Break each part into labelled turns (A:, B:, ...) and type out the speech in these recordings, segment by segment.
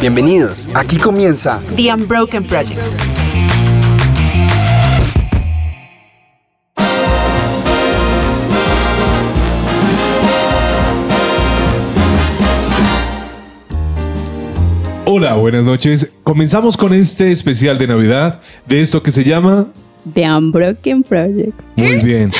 A: Bienvenidos. Aquí comienza
B: The Unbroken Project.
C: Hola, buenas noches. Comenzamos con este especial de Navidad de esto que se llama
D: The Unbroken Project.
C: Muy bien.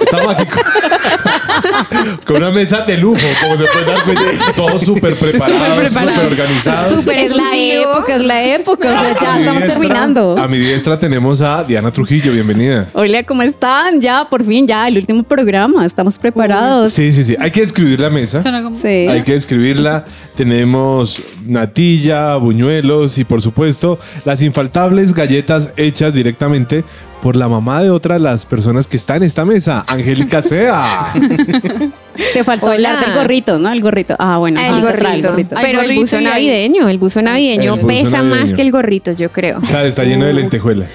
C: Estamos aquí con, con una mesa de lujo, como se puede dar cuenta, todo súper preparado,
D: Súper preparado.
C: súper organizado.
D: Súper es la
E: Exclusivo.
D: época, es la época. O sea, ya
C: A mi
D: estamos
C: diestra- A
D: terminando.
C: mi diestra tenemos a Diana Trujillo, bienvenida.
D: Hola, ¿cómo están? Ya, por fin, ya, el último programa. Estamos preparados.
C: Sí, sí, sí. Hay que describir la mesa.
D: Sí.
C: Hay que describirla. Tenemos natilla, buñuelos y por supuesto las infaltables galletas hechas directamente por la mamá de otra de las personas que está en esta mesa, Angélica Sea.
D: Te faltó hablar
E: Hola.
D: del gorrito, ¿no? El gorrito. Ah, bueno.
E: El
D: ahorita está el
E: gorrito.
D: gorrito.
E: Pero el buzo navideño, el buzo navideño
C: El buzo
E: pesa más
C: navideño.
E: que el gorrito, yo creo.
C: Claro, está lleno de lentejuelas.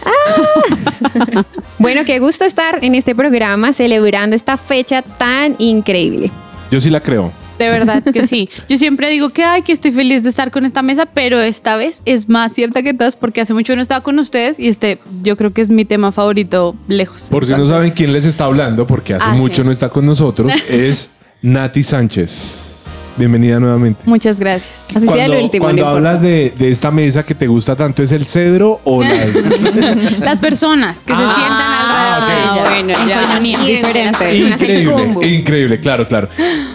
E: Bueno, qué gusto estar en este programa celebrando esta fecha tan increíble.
C: Yo sí la creo.
F: De verdad que sí. Yo siempre digo que ay, que estoy feliz de estar con esta mesa, pero esta vez es más cierta que todas porque hace mucho no estaba con ustedes y este yo creo que es mi tema favorito lejos.
C: Por si no
F: Entonces,
C: saben quién les está hablando, porque hace
F: Ah, sí.
C: mucho no está con nosotros, es Nati Sánchez. Bienvenida nuevamente.
F: Muchas gracias.
D: Así sea
C: cuando
D: el último. no
C: cuando
D: importa.
C: hablas de, de esta mesa que te gusta tanto, ¿es el cedro o las...?
F: Las personas que
C: Ah,
F: se sientan
C: ok.
F: alrededor de ella.
D: bueno,
F: en
D: ya.
F: compañía.
D: Diferente.
E: Personas, el combo.
C: Increíble, increíble, claro, claro.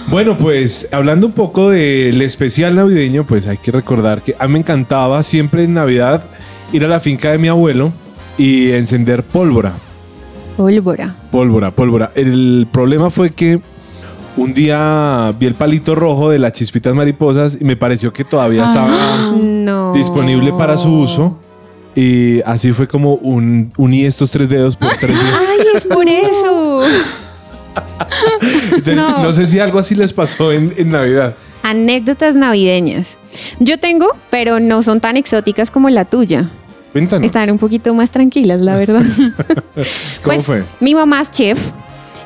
C: Bueno, pues hablando un poco del especial navideño, pues hay que recordar que a mí me encantaba siempre en Navidad ir a la finca de mi abuelo y encender pólvora,
E: Pólvora.
C: pólvora, pólvora. El problema fue que un día vi el palito rojo de las chispitas mariposas y me pareció que todavía
F: Ah.
C: estaba
E: No.
C: disponible para su uso. Y así fue como un, uní estos tres dedos pues. por tres días.
E: Ay, es por eso.
C: Entonces, no.
E: No.
C: sé si algo así les pasó en- en Navidad.
E: Anécdotas navideñas. Yo tengo, pero no son tan exóticas como la tuya.
C: Cuéntanos.
E: Están un poquito más tranquilas, la verdad.
C: ¿Cómo
E: Pues,
C: fue?
E: Mi mamá es chef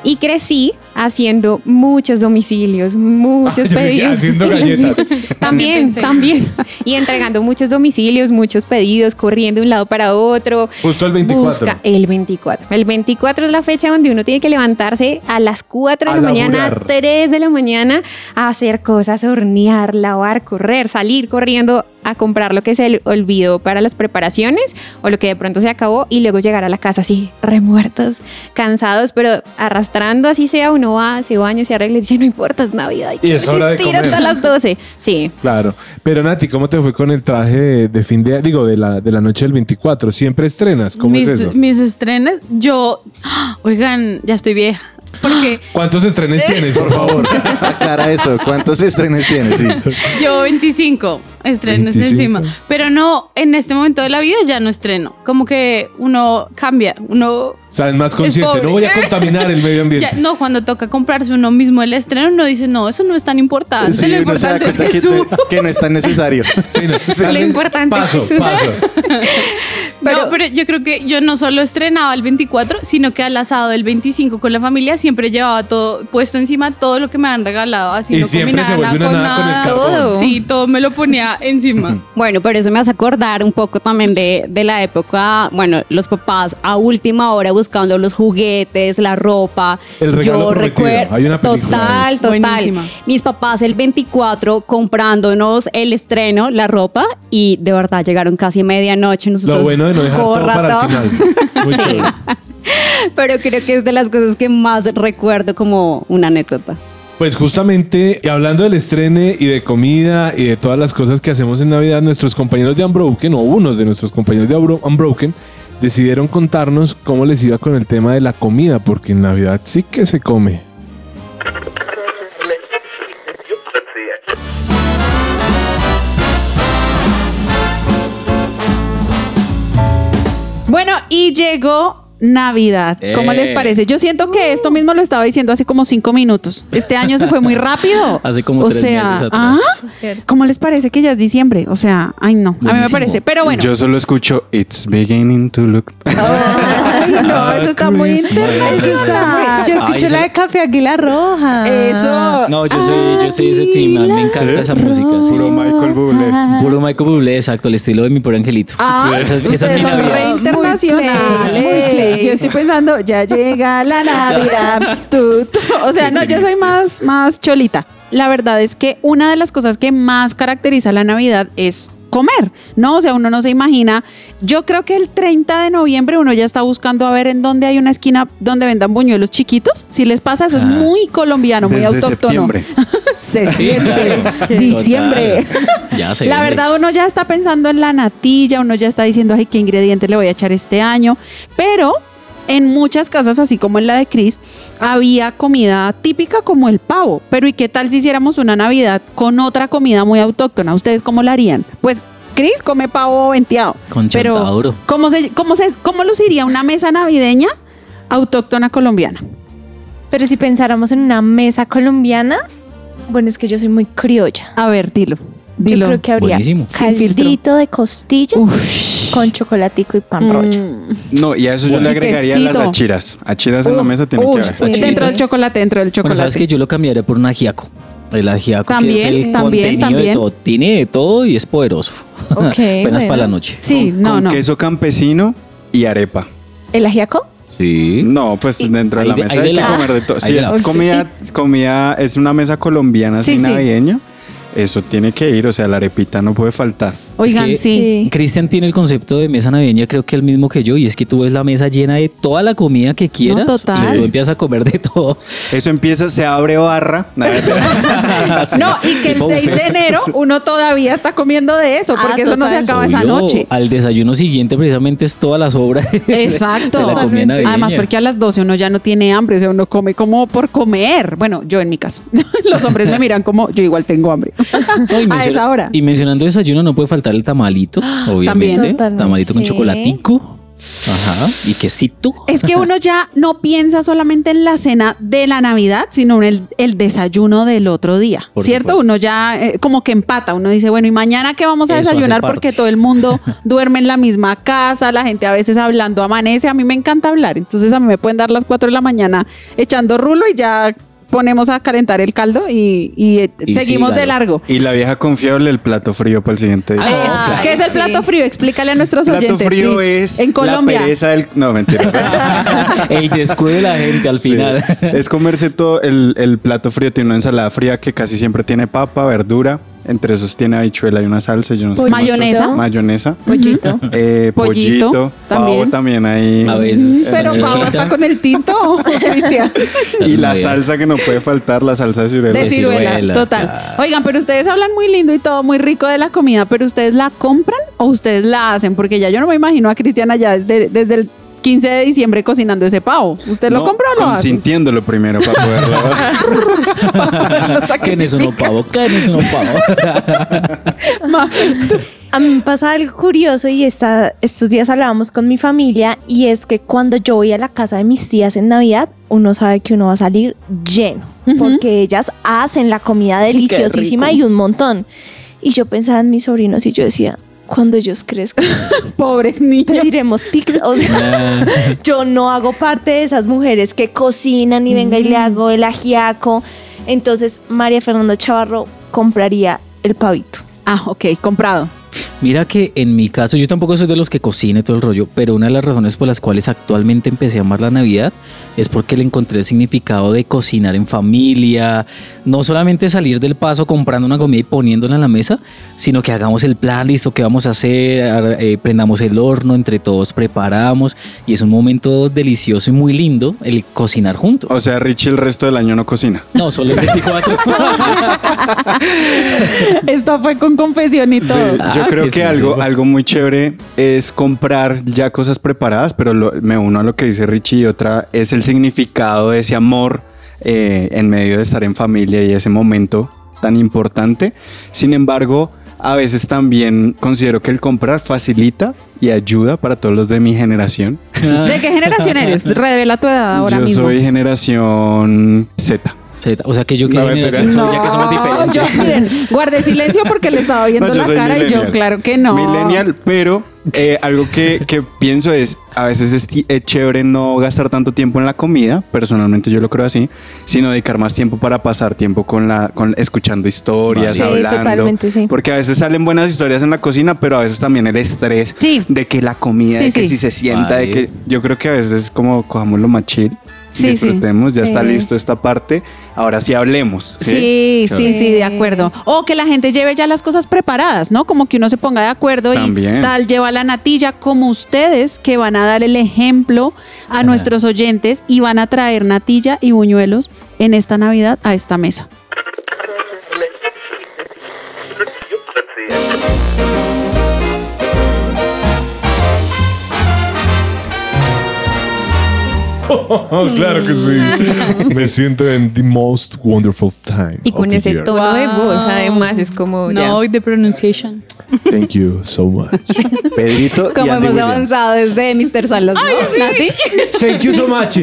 E: y crecí haciendo muchos domicilios, muchos
C: Ah, yo dije,
E: pedidos.
C: haciendo galletas.
E: también,
F: Pensé.
E: también. Y entregando muchos domicilios, muchos pedidos, corriendo de un lado para otro.
C: Justo el 24.
E: Busca el 24. El 24 es la fecha donde uno tiene que levantarse a las 4 de
C: A
E: la mañana,
C: laburar.
E: 3 de la mañana, a hacer cosas, hornear, lavar, correr, salir corriendo a comprar lo que se le olvidó para las preparaciones o lo que de pronto se acabó y luego llegar a la casa así, remuertos, cansados, pero arrastrando así sea, uno va, se baña, se arregla y dice, no importa, es Navidad. hay
C: Y
E: que
C: es hora de
E: resistir
C: comer".
E: hasta las 12. Sí.
C: Claro. Pero Nati, ¿cómo te fue con el traje de, de fin de digo de la de la noche del 24? Siempre estrenas, ¿cómo
F: mis,
C: es eso?
F: mis estrenos, yo, oigan, ya estoy vieja. Porque
C: ¿Cuántos estrenes tienes, por favor?
A: Aclara eso. ¿Cuántos estrenos tienes? Sí.
F: Yo 25 estrenos
C: 25.
F: encima. Pero no, en este momento de la vida ya no estreno. Como que uno cambia, uno...
C: Sabes más
F: Es
C: consciente,
F: pobre.
C: no voy a contaminar el medio ambiente.
F: ya- no, cuando toca comprarse uno mismo el estreno, uno dice, no, eso no es tan
G: Ah,
F: importante.
A: Sí,
F: lo
A: uno se da
F: importante es
A: cuenta
F: que
A: que, te-
F: subo.
A: que no es tan necesario.
C: Sí, no. Tal
E: Lo
C: vez-
E: importante es
C: paso,
E: que-
C: paso.
F: no, pero yo creo que yo no solo estrenaba el 24, sino que al asado del 25 con la familia siempre llevaba todo puesto encima todo lo que me han regalado. Así
C: Y
F: no
C: siempre
F: combinaba
C: se vuelve
F: nada con
C: una nada con el
F: nada.
C: carbón.
E: Todo.
F: Sí, todo me lo ponía encima.
D: Bueno, pero eso me hace acordar un poco también de, de la época, bueno, los papás a última hora buscando los juguetes, la ropa.
C: El regalo prometido.
D: recuer-
C: Hay una película de
D: Total,
F: eso.
D: total.
F: Buenísima.
D: Mis papás el 24 comprándonos el estreno, la ropa, y de verdad llegaron casi medianoche. Nosotros
C: Lo bueno de no dejar todo
D: "Corra
C: para
D: todo".
C: el final. Muy chévere.
D: Pero creo que es de las cosas que más recuerdo como una anécdota.
C: Pues justamente, y hablando del estrene y de comida y de todas las cosas que hacemos en Navidad, nuestros compañeros de Unbroken, o unos de nuestros compañeros de Unbro- Unbroken, decidieron contarnos cómo les iba con el tema de la comida, porque en Navidad sí que se come.
B: Bueno, y llegó Navidad. ¿Cómo
H: Eh.
B: les parece? Yo siento que esto mismo lo estaba diciendo hace como cinco minutos. Este año se fue muy rápido.
H: Hace como
B: o
H: tres
B: sea,
H: meses atrás.
B: ¿ah? ¿Cómo les parece que ya es diciembre? O sea, ay no, a mí me
H: Buenísimo.
B: parece. Pero bueno, Ah.
A: Yo solo escucho It's beginning to look.
B: Ay, no,
C: Ah,
B: eso está muy internacional.
F: Yo escuché
H: Ay,
F: la
H: se-
F: de Café Águila Roja.
B: Eso.
H: No, yo soy, yo soy ese team, a mí me encanta
A: ¿Sí?
H: esa música. sí.
A: Puro Michael Bublé.
H: Puro Michael Bublé, exacto, el estilo de mi pobre angelito.
B: Ah,
H: Sí, esa es, esa es
B: ustedes
H: mi
B: son
H: Navidad.
B: re
E: Muy
B: internacionales.
E: place, muy place.
B: Yo estoy pensando, ya llega la Navidad. tu, tu. O sea, no, yo soy más, más cholita. La verdad es que una de las cosas que más caracteriza la Navidad es comer, ¿no? O sea, uno no se imagina. Yo creo que el 30 de noviembre uno ya está buscando a ver en dónde hay una esquina donde vendan buñuelos chiquitos. Si les pasa, eso es
H: Ah.
B: muy colombiano, muy
A: Desde
B: autóctono.
A: septiembre.
B: Se
H: Sí,
B: siente.
H: claro.
B: Diciembre.
H: Total. Ya se
B: La
H: ve.
B: verdad, uno ya está pensando en la natilla, uno ya está diciendo, ay, qué ingrediente le voy a echar este año. Pero en muchas casas, así como en la de Cris, había comida típica como el pavo. Pero ¿y qué tal si hiciéramos una Navidad con otra comida muy autóctona? ¿Ustedes cómo la harían? Pues Cris come pavo venteado.
H: Con
B: pero
H: chontaduro.
B: ¿cómo, se, cómo, se, ¿cómo luciría una mesa navideña autóctona colombiana?
I: Pero si pensáramos en una mesa colombiana, bueno, es que yo soy muy criolla.
B: A ver, dilo. Dilo.
I: Yo creo que habría
H: Buenísimo.
B: Sin filtro.
I: caldito de costilla con chocolatico y pan rollo.
B: Mm.
A: No, y a eso yo le
B: Y
A: agregaría las
B: quesito.
A: achiras. Achiras en la
B: Uf,
A: mesa tiene
B: uf,
A: que haber.
B: sí. Dentro del chocolate, dentro del
H: Bueno, sabes
B: chocolate.
H: que yo lo cambiaré por un ajiaco. El ajiaco que es
B: También,
H: el
B: también,
H: contenido
B: también.
H: de todo. Tiene de todo y es poderoso.
I: Ok,
H: Apenas
I: bueno.
H: para la noche.
B: sí,
A: Con-
B: no,
A: con
B: no.
A: Queso campesino y arepa.
I: ¿El ajiaco?
H: Sí.
A: No, pues dentro de
H: Ahí
A: la
H: de-
A: mesa
H: ahí
A: hay
H: de
A: que
H: la-
A: comer de todo.
H: ahí
A: Si
H: de
A: es
H: la-
A: comida, comida, es una mesa colombiana así
B: Sí, sí.
A: navideña, eso tiene que ir, o sea, la arepita no puede faltar.
B: Oigan,
H: que-
B: sí.
H: Cristian tiene el concepto de mesa navideña, creo que el mismo que yo, y es que tú ves la mesa llena de toda la comida que quieras.
B: total.
H: y Tú empiezas a comer de todo.
A: Eso empieza, se abre barra.
B: No, y que el
H: Tipo
B: 6 de
H: buffet.
B: enero uno todavía está comiendo de eso, porque eso no se
I: total.
B: acaba esa
H: Obvio,
B: noche.
H: Al desayuno siguiente, precisamente, es toda la sobra. de-
B: Exacto.
H: De la comida navideña.
B: Además, porque a las 12 uno ya no tiene hambre, o sea, uno come como por comer. Bueno, yo en mi caso. Los hombres me miran como yo igual tengo hambre.
H: No, y
B: a
H: menciona-
B: esa hora.
H: Y mencionando desayuno, no puede faltar el tamalito, obviamente.
I: Totalmente,
H: Tamalito con
I: sí.
H: chocolatico. Ajá. Y quesito.
B: Es que uno ya no piensa solamente en la cena de la Navidad, sino en el, el desayuno del otro día,
H: Por
B: ¿cierto?
H: supuesto.
B: Uno ya eh, como que empata, uno dice, bueno, ¿y mañana qué vamos a
H: Eso hace
B: desayunar?
H: parte.
B: Porque todo el mundo duerme en la misma casa, la gente a veces hablando amanece, a mí me encanta hablar, entonces a mí me pueden dar las 4 de la mañana echando rulo y ya ponemos a calentar el caldo y, y, eh,
H: Y
B: seguimos
H: sígalo.
B: de largo.
A: Y la vieja confiable, el plato frío para el siguiente día.
H: Ah,
B: Eh,
H: claro.
B: ¿Qué es el plato frío? Explícale a nuestros
A: plato
B: oyentes.
A: frío
B: Cris.
A: es
B: en Colombia.
A: la pereza del... No, mentira.
H: el descuido de la gente al
A: Sí.
H: final.
A: Es comerse todo el, el plato frío, tiene una ensalada fría que casi siempre tiene papa, verdura, entre esos tiene habichuela y una salsa, yo no sé qué más cosas.
B: Mayonesa.
A: Mayonesa.
I: Pollito.
A: Eh,
B: Pollito,
A: pollito,
B: también.
A: pavo también ahí.
H: A veces.
B: Mm, Pero
H: Esa
B: Pau
H: chichita.
B: está con el tinto, Cristian.
A: Y la
H: Muy bien.
A: salsa que no puede faltar, la salsa de ciruela.
B: De
H: De
B: ciruela,
H: ciruela,
B: total.
H: claro.
B: Oigan, pero ustedes hablan muy lindo y todo muy rico de la comida, pero ¿ustedes la compran o ustedes la hacen? Porque ya yo no me imagino a Cristian allá desde, desde el 15 de diciembre cocinando ese pavo. ¿Usted lo
A: No,
B: compra o lo hace?
A: Consintiéndolo primero para poderlo.
H: ¿Quién es uno pavo? ¿Quién es uno pavo?
B: Ma-
I: A mí me pasa algo curioso y esta, estos días hablábamos con mi familia y es que cuando yo voy a la casa de mis tías en Navidad, uno sabe que uno va a salir lleno
B: Ujú.
I: porque ellas hacen la comida deliciosísima
B: rico.
I: y un montón. Y yo pensaba en mis sobrinos y yo decía, cuando ellos crezcan,
B: Pobres niños.
I: pediremos pizza. O sea,
H: Ah,
I: yo no hago parte de esas mujeres que cocinan y venga y
J: Mm.
I: le hago el ajiaco. Entonces, María Fernanda Chavarro compraría el pavito.
B: Ah, ok, comprado.
H: Mira que en mi caso, yo tampoco soy de los que cocine todo el rollo, pero una de las razones por las cuales actualmente empecé a amar la Navidad es porque le encontré el significado de cocinar en familia, no solamente salir del paso comprando una comida y poniéndola en la mesa, sino que hagamos el plan, listo, qué vamos a hacer, Ar- eh, prendamos el horno, entre todos preparamos, y es un momento delicioso y muy lindo el cocinar juntos.
A: o sea, Richie el resto del año no cocina.
H: no, solo el 24.
B: Esto fue con confesión y todo.
A: Sí, yo
H: Ah,
A: creo
H: que
A: que,
H: sí,
A: algo,
H: sí.
A: algo muy chévere es comprar ya cosas preparadas, pero lo- me uno a lo que dice Richie y otra es el significado de ese amor eh, en medio de estar en familia y ese momento tan importante. Sin embargo, a veces también considero que el comprar facilita y ayuda para todos los de mi generación.
B: ¿De qué generación eres? Revela tu edad ahora
A: yo
B: mismo.
A: soy generación Z.
H: Z, O sea que yo que
A: No,
H: generación
A: mentira.
H: soy, ya que somos
B: No,
H: diferentes.
B: yo- miren, guardé silencio porque le estaba viendo
A: No, yo
B: la
A: soy
B: cara y yo,
A: millennial.
B: claro que no.
A: Millennial, pero Eh, algo que, que pienso es, a veces es, ti- es chévere no gastar tanto tiempo en la comida, personalmente yo lo creo así, sino dedicar más tiempo para pasar tiempo con la, con, escuchando historias,
H: Sí,
A: hablando.
I: totalmente, sí.
A: Porque a veces salen buenas historias en la cocina, pero a veces también el estrés
B: Sí.
A: de que la comida,
B: Sí,
A: de que
B: sí.
A: si se sienta,
H: Vale.
A: de que yo creo que a veces es como cojamos lo más chill.
B: Sí, sí.
A: disfrutemos, ya está
I: Sí.
A: listo esta parte. Ahora sí hablemos.
B: Sí, sí, sí, de acuerdo. O que la gente lleve ya las cosas preparadas, ¿no? Como que uno se ponga de acuerdo y
A: También.
B: tal, lleva la natilla como ustedes que van a dar el ejemplo a nuestros oyentes y van a traer natilla y buñuelos en esta Navidad a esta mesa.
C: claro que sí. Me siento en the most wonderful time.
E: Mm. Y con
C: of the
E: ese
C: year.
E: tono de voz,
F: Wow.
E: además, es como. ya.
F: No, y de pronunciation.
C: Thank you so much.
A: Pedrito y
D: Como
A: Andy
D: hemos
A: Williams.
D: avanzado desde Mr. Salas, ¿no? Nati?
C: Thank you so much.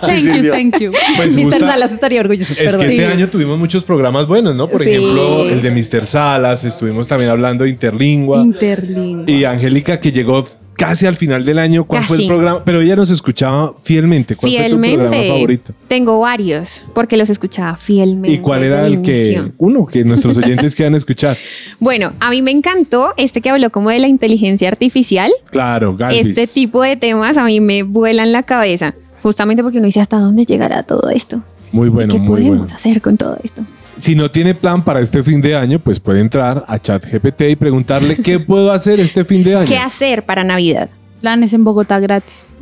F: Thank you,
A: sirvió.
F: thank you.
C: Pues
D: Mr.
C: gusta-
D: Salas estaría orgulloso.
C: Es
D: perdón.
C: que este año tuvimos muchos programas buenos, ¿no? Por
D: Sí.
C: ejemplo, el de Mr. Salas, estuvimos también hablando de Interlingua.
F: Interlingua.
C: Y Angélica, que llegó casi al final del año, ¿cuál fue el
E: Casi.
C: programa? Pero ella nos escuchaba fielmente. ¿Cuál fue tu programa
E: Fielmente.
C: favorito?
E: Tengo varios, porque los escuchaba fielmente.
C: ¿Y cuál
E: desde
C: era el que
E: inicio.
C: uno que nuestros oyentes quieran escuchar?
E: Bueno, a mí me encantó este que habló como de la inteligencia artificial.
C: Claro, Galvis.
E: Este tipo de temas a mí me vuelan la cabeza, justamente porque uno dice hasta dónde llegará todo esto.
C: Muy bueno,
E: ¿Y qué
C: muy
E: podemos
C: bueno.
E: hacer con todo esto?
C: Si no tiene plan para este fin de año, pues puede entrar a ChatGPT y preguntarle qué puedo hacer este fin de año.
E: ¿Qué hacer para Navidad?
F: Planes en Bogotá gratis.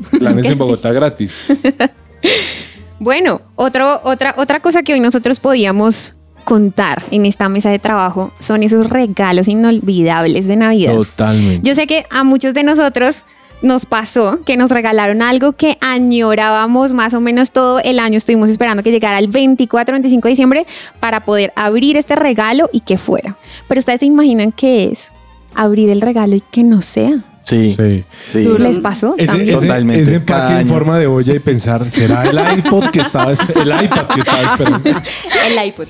C: Planes en Bogotá gratis.
E: Bueno, otro, otra, otra cosa que hoy nosotros podíamos contar en esta mesa de trabajo son esos regalos inolvidables de Navidad.
C: Totalmente.
E: Yo sé que a muchos de nosotros nos pasó que nos regalaron algo que añorábamos más o menos todo el año. Estuvimos esperando que llegara el 24, 25 de diciembre para poder abrir este regalo y que fuera. Pero ustedes se imaginan qué es abrir el regalo y que no sea.
K: Sí,
C: Sí.
K: sí.
E: ¿Les pasó?
C: Ese,
E: también?
C: ese-
K: Totalmente,
C: ese empaque
K: cada
C: en
K: año.
C: forma de olla y pensar, ¿será el iPod que estaba, esper- el iPad que estaba esperando?
E: El iPod.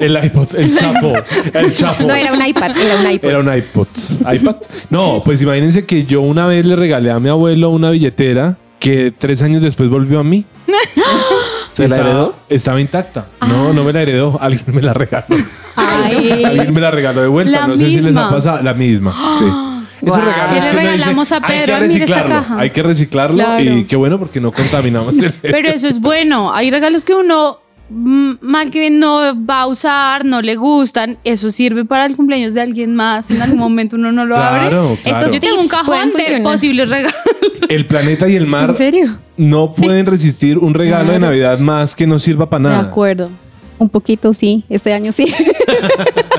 C: El iPod, el chafo, el chafo.
E: No, era un iPad, era un iPod.
C: Era un iPod. iPad. No, pues imagínense que yo una vez le regalé a mi abuelo una billetera que tres años después volvió a mí.
K: ¿Se la
C: Estaba-
K: heredó?
C: Estaba intacta.
E: Ah.
C: No, no me la heredó. Alguien me la regaló.
F: Ay.
C: Alguien me la regaló de vuelta.
F: Eh, La
C: no sé si les ha
F: misma.
C: pasado. La misma. Sí. Esos
E: Guau.
C: regalos
F: ¿Qué le
C: que uno dice,
F: regalamos a
C: Hay
F: Pedro?
C: que
F: Mira esta
C: reciclarlo.
F: caja".
C: Hay que reciclarlo.
F: Claro.
C: Y qué bueno porque no contaminamos el.
F: Pero eso es bueno. Hay regalos que uno mm, mal que bien no va a usar, no le gustan. Eso sirve para el cumpleaños de alguien más. En algún momento uno no lo abre.
C: Claro, claro.
E: Estos
F: Yo tengo un
E: Tips
F: cajón
E: pueden
F: de
E: funcionar.
F: posibles regalos.
C: El planeta y el mar
E: serio?
C: no pueden resistir un regalo de Navidad más que no sirva para nada.
F: acuerdo.
D: Un poquito, sí. Este año sí.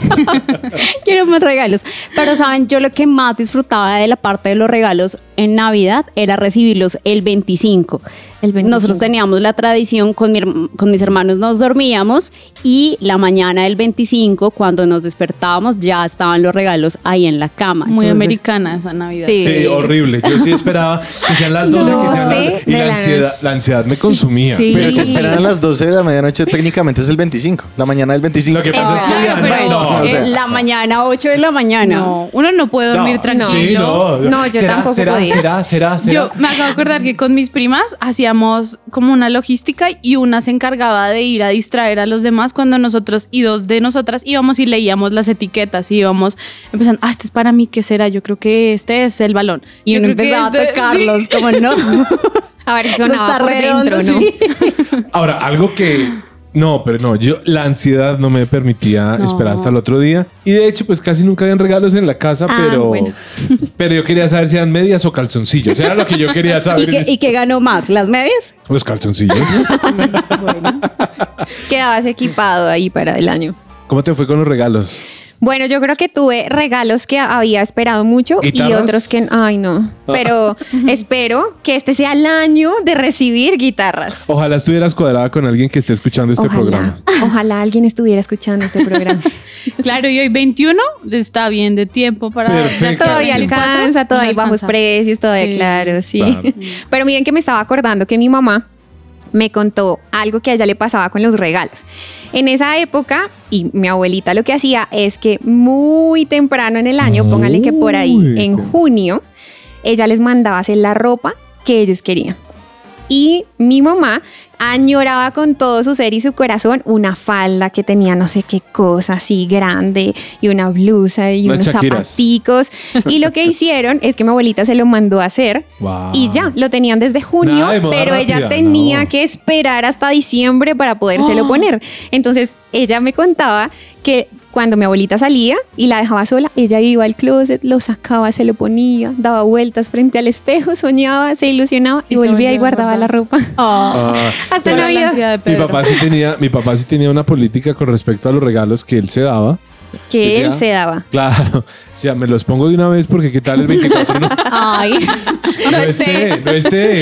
D: Quiero más regalos. Pero, ¿saben? Yo lo que más disfrutaba de la parte de los regalos en Navidad era recibirlos el 25.
E: El 25.
D: Nosotros teníamos la tradición, con, mi herm- con mis hermanos nos dormíamos y la mañana del 25, cuando nos despertábamos, ya estaban los regalos ahí en la cama.
F: Muy
D: Entonces,
F: americana esa Navidad.
C: Sí, horrible. Yo sí esperaba que sean las 12, que sean las- y
E: de
C: la,
E: la
C: ansiedad, la ansiedad me consumía.
F: Sí.
K: Pero si esperan a las 12 de la medianoche, técnicamente es el 25. La mañana del 25.
C: Lo que pasa es que
F: Claro,
C: ya-
F: pero-
C: no,
K: o
G: eh,
K: sea,
D: La mañana, 8 de la mañana.
F: No, uno no puede dormir
C: no,
F: tranquilo.
C: sí, no.
E: No, yo
C: ¿Será,
E: tampoco
C: será,
E: podía.
C: será, será, será?
F: Yo me acabo de acordar que con mis primas hacíamos como una logística y una se encargaba de ir a distraer a los demás cuando nosotros y dos de nosotras íbamos y leíamos las etiquetas y íbamos empezando, ah, este es para mí, ¿qué será? Yo creo que este es el balón.
D: Y
F: Yo
D: uno
F: creo que
D: empezaba a
F: este-
D: tocarlos, como no.
E: A ver, sonaba
D: Está
E: por
D: redondo,
E: dentro, ¿no?
D: sí.
C: Ahora, algo que. No, pero no, yo la ansiedad no me permitía esperar hasta el otro día. Y de hecho, pues casi nunca habían regalos en la casa,
E: Ah,
C: pero,
E: bueno.
C: pero yo quería saber si eran medias o calzoncillos. Era lo que yo quería
D: ¿Y
C: saber.
D: qué, y qué ganó más? ¿Las medias?
C: Los calzoncillos.
E: Quedabas equipado ahí para el año.
C: ¿Cómo te fue con los regalos?
E: Bueno, yo creo que tuve regalos que había esperado mucho y
C: ¿Guitarras?
E: otros que, ay no, pero espero que este sea el año de recibir guitarras.
C: Ojalá estuvieras cuadrada con alguien que esté escuchando este programa.
E: ojalá, ojalá alguien estuviera escuchando este programa.
F: Claro, y hoy 21 está bien de tiempo para...
C: Perfecto.
E: todavía
C: Claro.
E: alcanza, todavía hay bajos
F: alcanza.
E: precios, todavía
F: Sí.
E: claro, sí.
C: Claro.
E: Pero miren que me estaba acordando que mi mamá me contó algo que a ella le pasaba con los regalos. En esa época, y mi abuelita lo que hacía es que muy temprano en el año, póngale que por ahí
C: Uy,
E: en
C: qué-
E: junio, ella les mandaba hacer la ropa que ellos querían. Y mi mamá añoraba con todo su ser y su corazón una falda que tenía no sé qué cosa así grande y una blusa y
C: Unas
E: unos
C: Shakiras.
E: zapaticos. Y lo que hicieron es que mi abuelita se lo mandó a hacer
C: Wow.
E: y ya, lo tenían desde junio,
C: Ah. Nada de moda
E: pero ella
C: rápida,
E: tenía
C: no. Ah.
E: que esperar hasta diciembre para podérselo poner. Entonces, ella me contaba que cuando mi abuelita salía y la dejaba sola, ella iba al closet, lo sacaba, se lo ponía, daba vueltas frente al espejo, soñaba, se ilusionaba y,
F: Y te
E: volvía
F: volvía
E: y
F: a
E: guardaba
F: guardar.
E: la ropa.
C: Ah,
E: Hasta
F: Para la
E: Navidad.
F: ansiedad de
C: mi
F: Pedro.
C: papá sí tenía, mi papá sí tenía una política con respecto a los regalos que él se daba.
E: Que él
C: Decía-
E: se daba.
C: Claro, o sea, me los pongo de una vez porque qué tal el 24 no,
D: Ay,
C: no
B: este-
C: esté, este, no esté,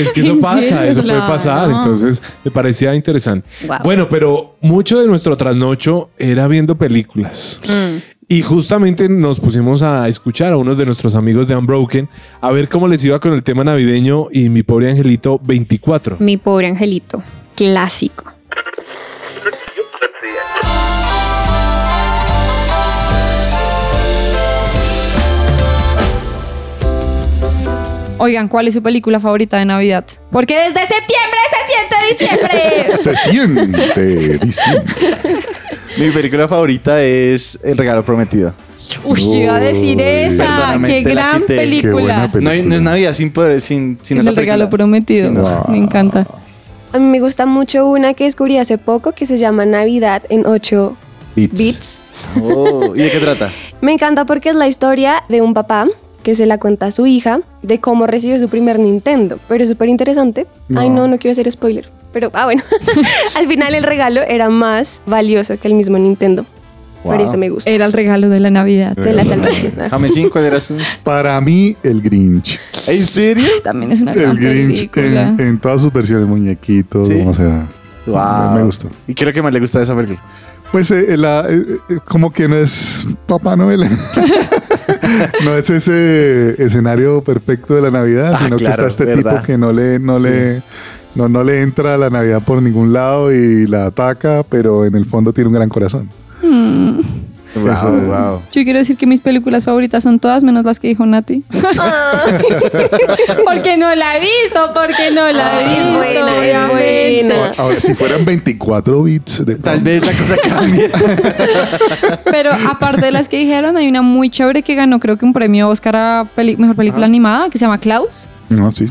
C: es que eso
F: ¿En
C: pasa,
F: serio?
C: eso puede
F: Claro.
C: pasar, entonces me parecía interesante.
E: Guau.
C: Bueno, pero mucho de nuestro trasnocho era viendo películas.
F: Mm.
C: Y justamente nos pusimos a escuchar a unos de nuestros amigos de Unbroken a ver cómo les iba con el tema navideño y mi pobre angelito 24.
E: Mi pobre angelito, clásico.
G: Oigan, ¿cuál es su película favorita de Navidad? Porque desde septiembre se siente diciembre.
L: Se siente diciembre.
K: Mi película favorita es El regalo prometido.
G: Uy, yo iba a decir
L: Uy,
G: esa.
K: perdóname,
G: Qué
K: te la
G: gran
K: quité. Qué
L: Qué buena
G: película.
K: No, hay-
L: película.
K: no es Navidad sin poder, sin, sin,
G: Sin
K: esa
G: el regalo
K: película.
G: prometido.
K: Sí, no.
G: Me encanta.
L: A mí me gusta mucho una que descubrí hace poco que se llama Navidad en 8
K: Beats.
L: bits.
K: Oh, ¿Y de qué trata?
L: Me encanta porque es la historia de un papá que se la cuenta a su hija de cómo recibió su primer Nintendo. Pero es súper interesante. Ay, no, no quiero hacer spoiler. Pero, ah, bueno. Al final el regalo era más valioso que el mismo Nintendo. Por
K: Wow.
L: eso me gusta.
G: Era el regalo de la Navidad.
L: De la salvación. Ah.
K: Jame 5 era su.
L: Para mí, el Grinch.
K: ¿En serio?
G: También es una gran
L: El Grinch
G: película.
L: en, en todas sus versiones, muñequitos,
K: Sí.
L: o sea.
K: Wow.
L: Me gustó.
K: ¿Y qué es lo que más le gusta de esa película?
L: Pues eh, la- eh, eh, como que no es Papá Noel. no es ese escenario perfecto de la Navidad,
K: Ah,
L: sino que
K: claro,
L: está este
K: verdad.
L: tipo que no le, no
K: Sí.
L: le, no, no le entra a la Navidad por ningún lado y la ataca, pero en el fondo tiene un gran corazón.
G: Mm.
K: Wow,
L: Eso-
K: wow.
G: Yo quiero decir que mis películas favoritas son todas menos las que dijo Nati. porque no la he visto, porque no la he
K: Ah,
L: Ay,
G: visto,
L: buena,
G: obviamente.
L: Ahora, ahora, si fueran 24 bits de
K: Tal vez la cosa cambie.
G: Pero aparte de las que dijeron, hay una muy chévere que ganó, creo que un premio Oscar a peli- mejor película
K: Ah.
G: animada, que se llama Klaus.
L: No, sí.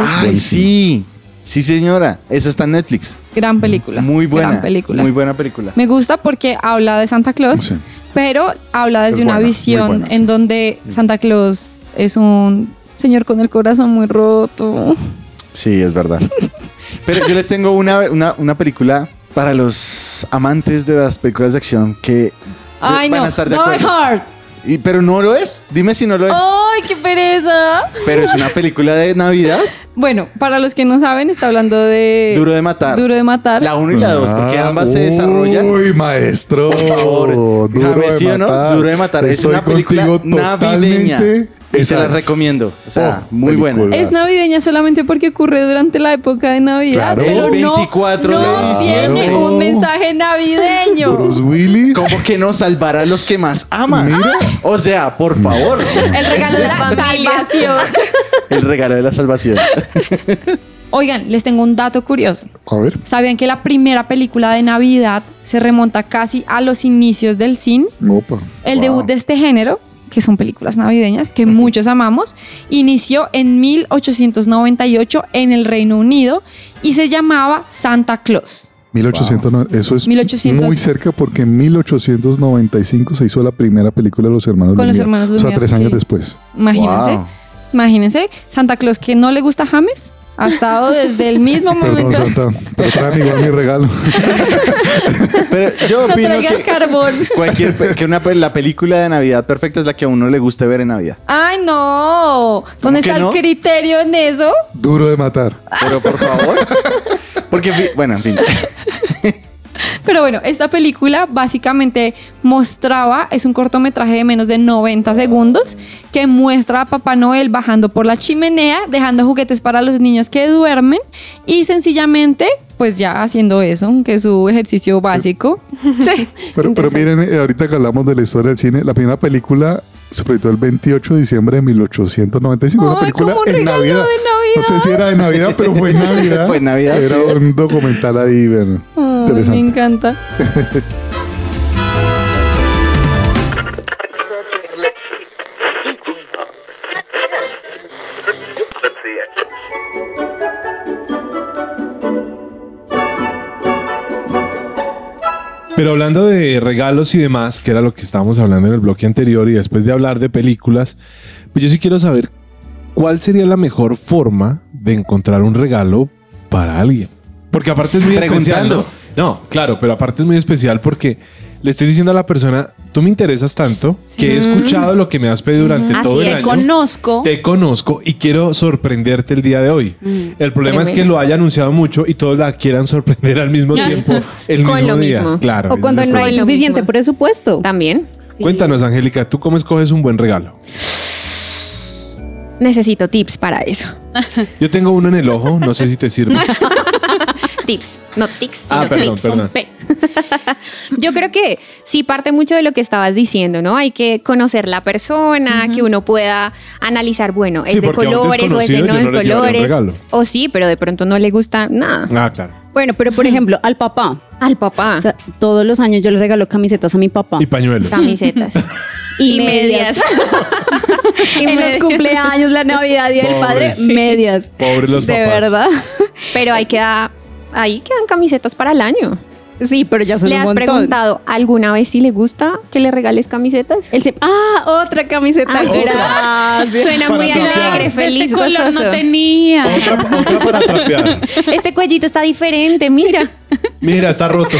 K: Ay, sí. Sí, señora. Esa está en Netflix.
G: Gran película.
K: Muy buena.
G: Gran película.
K: Muy buena película.
G: Me gusta porque habla de Santa Claus,
L: Sí.
G: pero habla desde
L: Es
G: una
L: buena, muy
G: visión
L: buena,
G: en
L: sí.
G: donde Santa Claus es un señor con el corazón muy roto.
K: Sí, es verdad. Pero yo les tengo una, una, una película para los amantes de las películas de acción que
G: Ay,
K: van
G: no.
K: a estar de
G: Die
K: acuerdo.
G: Hard.
K: Y- pero no lo es. Dime si no lo es.
G: ¡Ay, qué pereza!
K: Pero es una película de Navidad.
G: Bueno, para los que no saben, está hablando de.
K: Duro de matar.
G: Duro de matar.
K: La 1 y la 2, porque
L: Ah,
K: ambas se desarrollan.
L: Uy, maestro.
K: Por favor. Déjame sí o no, Duro de matar. Es
L: Estoy
K: una película
L: contigo
K: navideña.
L: totalmente.
K: Y se
L: Esa
K: la
L: es.
K: recomiendo. O sea,
L: Oh,
K: muy
L: película.
K: buena.
G: Es navideña solamente porque ocurre durante la época de Navidad.
L: Claro. Oh.
G: Pero
K: El
G: no,
K: 24
G: no
K: de diciembre.
G: tiene un mensaje navideño.
L: Bruce Willis.
K: ¿Cómo que no salvar a los que más aman? O sea, por favor.
G: El regalo de la salvación.
K: El regalo de la salvación.
G: Oigan, les tengo un dato curioso.
L: A ver.
G: ¿Sabían que la primera película de Navidad se remonta casi a los inicios del cine?
L: Opa.
G: El
K: Wow.
G: debut de este género, que son películas navideñas que muchos amamos, inició en 1898 en el Reino Unido y se llamaba Santa Claus.
L: 1800, no- eso es
G: 1800.
L: muy cerca porque en 1895 se hizo la primera película de los hermanos
G: Con los
L: Lumière.
G: hermanos
L: O sea,
G: Lumière,
L: tres
G: sí.
L: años después.
G: Imagínense,
K: Wow.
G: imagínense, Santa Claus que no le gusta a James ha estado desde el mismo
L: Perdón,
G: momento.
L: Santa, pero traen igual mi regalo.
K: Pero yo
G: No
K: opino
G: traigas
K: que
G: carbón.
K: cualquier pe- que una pe- la película de Navidad perfecta es la que a uno le guste ver en Navidad.
G: Ay, no. ¿Dónde
K: que
G: está
K: no?
G: el criterio en eso?
L: Duro de matar.
K: Pero por favor. Porque en fin- bueno, en fin.
G: Pero bueno, esta película básicamente mostraba, es un cortometraje de menos de 90 segundos, que muestra a Papá Noel bajando por la chimenea, dejando juguetes para los niños que duermen y sencillamente pues ya haciendo eso, que es su ejercicio básico. Sí.
M: Pero, pero miren, eh, ahorita que hablamos de la historia del cine, la primera película se proyectó el 28 de diciembre de 1895. una
G: Ay,
M: película
G: como un
M: en
G: regalo
M: Navidad.
G: de
M: No sé si era de Navidad, pero fue en Navidad.
K: Fue en Navidad,
M: Era
K: sí.
M: un documental ahí, bueno,
G: Ay, me
M: interesante.
G: encanta.
C: Pero hablando de regalos y demás, que era lo que estábamos hablando en el bloque anterior y después de hablar de películas, pues yo sí quiero saber cuál sería la mejor forma de encontrar un regalo para alguien. Porque aparte es muy especial.
K: Preguntando.
C: ¿no? No, claro, pero aparte es muy especial porque le estoy diciendo a la persona, tú me interesas tanto que he escuchado lo que me has pedido durante
F: Así
C: todo el
F: te
C: año.
F: Ah, eh, conozco.
C: Te conozco y quiero sorprenderte el día de hoy.
D: Mm.
C: El problema es que
F: tremendo.
C: lo haya anunciado mucho y todos la quieran sorprender al mismo tiempo, el
E: Con
C: mismo
E: lo
C: día.
E: mismo.
C: Claro.
D: O
C: ese
D: cuando
C: es el
D: no hay
C: problema.
D: suficiente presupuesto.
E: También.
C: Cuéntanos, Angélica, ¿tú cómo escoges un buen regalo?
E: Necesito tips para eso.
C: Yo tengo uno en el ojo, no sé si te sirve.
E: tips, no tics.
C: Ah,
E: sino
C: perdón,
E: tics.
C: perdón.
E: Pe. Yo creo que sí parte mucho de lo que estabas diciendo, ¿no? Hay que conocer la persona, que uno pueda analizar, bueno, es
C: Sí,
E: de
C: porque a un
E: colores o es de no
C: desconocido yo
E: de
C: no le llevaría un
E: colores.
C: regalo.
E: O sí, pero de pronto no le gusta nada.
C: Ah, claro.
D: Bueno, pero
F: Hmm.
D: por ejemplo, al papá.
E: Al papá.
D: O sea, todos los años yo le regalo camisetas a mi papá.
C: Y pañuelos.
E: Camisetas.
D: Y, medias. en los cumpleaños, la Navidad y el
C: Pobres.
D: padre, medias.
C: Pobre los
D: de
C: papás.
D: verdad.
E: Pero ahí queda, ahí quedan camisetas para el año.
D: Sí, pero ya son
E: ¿Le
D: un
E: has
D: montón.
E: preguntado alguna vez si le gusta que le regales camisetas?
D: Él se- ah, otra camiseta.
E: Ah, otra.
D: gracias.
E: Suena
M: Para
E: muy
M: trapear.
E: alegre,
F: De
E: feliz,
F: este color
E: gozoso.
F: no tenía.
M: Otra, otra para trapear.
E: Este cuellito está diferente, mira.
C: Mira, está roto.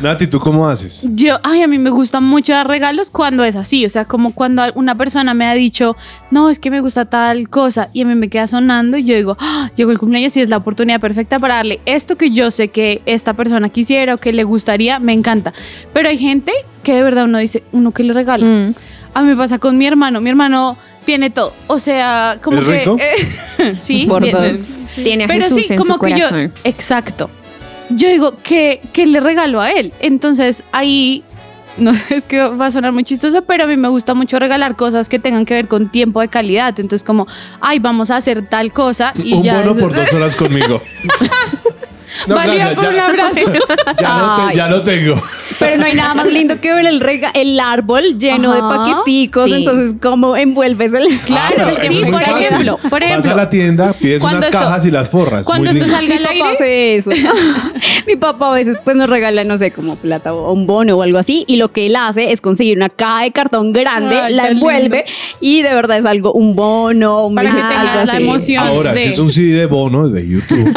C: Nati, ¿tú cómo haces?
F: Yo, ay, a mí me gusta mucho dar regalos cuando es así, o sea, como cuando una persona me ha dicho, no, es que me gusta tal cosa, y a mí me queda sonando y yo digo, "Ah, llegó el cumpleaños y es la oportunidad perfecta para darle esto que yo sé que esta persona quisiera o que le gustaría, me encanta. Pero hay gente que de verdad uno dice, uno que le regala.
E: Mm.
F: A mí me pasa con mi hermano, mi hermano tiene todo, o sea, como
C: ¿Es
F: que...
C: rico?
F: eh, sí,
D: Por
F: bien,
D: dos.
E: Tiene a
F: pero
E: Jesús
F: sí,
E: en
F: como
E: su
F: que yo,
E: corazón.
F: exacto. Yo digo que, que le regalo a él. Entonces ahí, no sé, es que va a sonar muy chistoso, pero a mí me gusta mucho regalar cosas que tengan que ver con tiempo de calidad. Entonces como, ay, vamos a hacer tal cosa y
C: un
F: ya.
C: bono por dos horas conmigo. No,
F: Valía por un
C: ya,
F: abrazo.
C: ya lo te-
D: Ay.
C: ya lo tengo.
D: Pero no hay nada más lindo que ver el, rega- el árbol lleno de
F: Ajá.
D: paqueticos.
E: Sí.
D: Entonces, ¿cómo envuelves el
F: Claro,
C: Ah, pero
F: sí,
C: es muy
F: por
C: fácil.
F: ejemplo, por
C: Vas a
F: ejemplo.
C: la tienda, pides
F: Cuando
C: unas
F: esto-
C: cajas y las forras.
F: Cuando
C: Muy
F: esto
C: lindo.
F: salga al
D: Mi
F: aire,
D: papá hace eso. Mi papá a veces pues nos regala, no sé, como plata o un bono o algo así. Y lo que él hace es conseguir una caja de cartón grande,
F: Ay,
D: la
F: qué lindo.
D: envuelve y de verdad es algo, un bono, un
F: para que
D: algo
F: tengas la
D: así.
F: emoción
C: Ahora,
F: de...
C: si es un CD de bono de YouTube.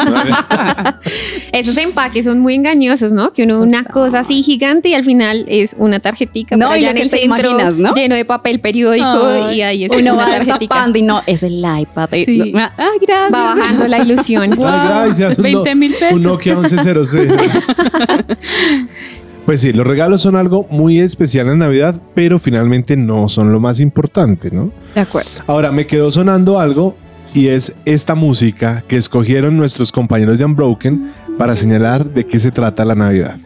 E: Esos empaques son muy engañosos, ¿no? Que uno una cosa así gigante y al final es una tarjetica
D: No,
E: por
D: y
E: allá
D: lo
E: en
D: que
E: el
D: te
E: centro
D: imaginas, ¿no?
E: lleno de papel periódico y ahí es
D: Uno
E: una
D: va
E: tarjetica.
D: destapando y no, es el iPad. Y
F: Sí.
D: no- ah, gracias.
E: Va bajando la ilusión.
C: Ay, gracias. un
F: 20 mil pesos.
C: Un Nokia 1106. Pues sí, los regalos son algo muy especial en Navidad, pero finalmente no son lo más importante, ¿no?
G: De acuerdo.
C: Ahora, me quedó sonando algo y es esta música que escogieron nuestros compañeros de Unbroken para señalar de qué se trata la Navidad.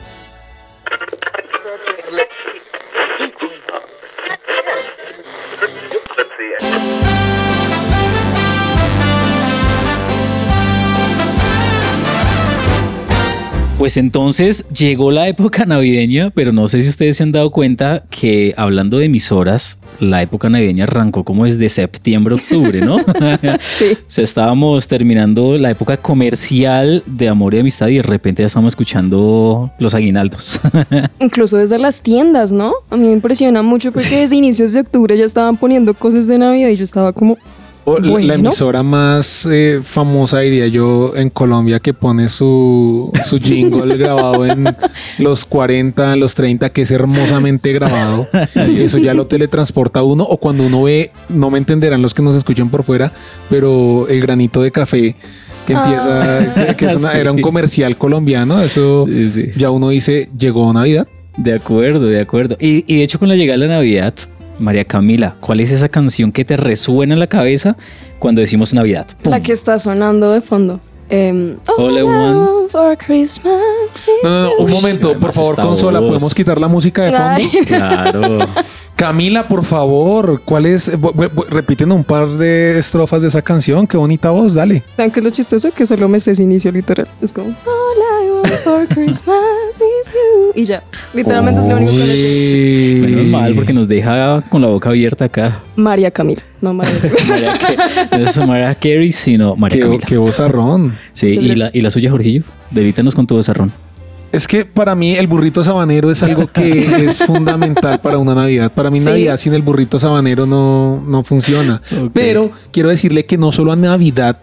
H: Pues entonces llegó la época navideña, pero no sé si ustedes se han dado cuenta que hablando de emisoras, la época navideña arrancó como desde septiembre, octubre, ¿no?
D: Sí.
H: O sea, estábamos terminando la época comercial de amor y amistad y de repente ya estamos escuchando los aguinaldos.
L: Incluso desde las tiendas, ¿no? A mí me impresiona mucho porque desde inicios de octubre ya estaban poniendo cosas de Navidad y yo estaba como,
N: O la-
L: Bueno.
N: La emisora más eh, famosa, diría yo, en Colombia que pone su, su jingle grabado en los 40, los 30, que es hermosamente grabado. Eso ya lo teletransporta a uno. O cuando uno ve, no me entenderán los que nos escuchan por fuera, pero el granito de café que empieza, que- que es una-
H: Sí.
N: era un comercial colombiano. Eso
H: Sí, sí.
N: ya uno dice, llegó Navidad.
H: De acuerdo, de acuerdo. Y, y de hecho con la llegada de la Navidad María Camila, ¿cuál es esa canción que te resuena en la cabeza cuando decimos Navidad? Pum.
O: La que está sonando de fondo. Em,
H: All I Want.
O: for Christmas.
N: No, no, no, un momento, por favor,
H: esta
N: consola,
H: voz.
N: ¿podemos quitar la música de
O: Ay.
N: fondo?
H: Claro.
N: Camila, por favor, ¿cuál es? Bu- bu- bu- Repiten un par de estrofas de esa canción, qué bonita voz, dale.
O: ¿Saben qué es lo chistoso? Que solo me sé ese inicio literal. Es como All I want for Christmas is you. Y ya. Literalmente
N: Oh.
O: es lo único que me sé.
H: Menos mal, porque nos deja con la boca abierta acá.
O: María Camila. No, María Camila.
H: Mariah Ca- no es Mariah Carey, sino María Camila.
N: Qué vozarrón.
H: Sí,
N: Muchas
H: y la,
N: gracias.
H: y la suya, Jorgillo. Delítanos con tu vozarrón.
N: Es que para mí el burrito sabanero es algo que es fundamental para una Navidad. Para mí
H: Sí.
N: Navidad sin el burrito sabanero no, no funciona. Pero quiero decirle que no solo a Navidad,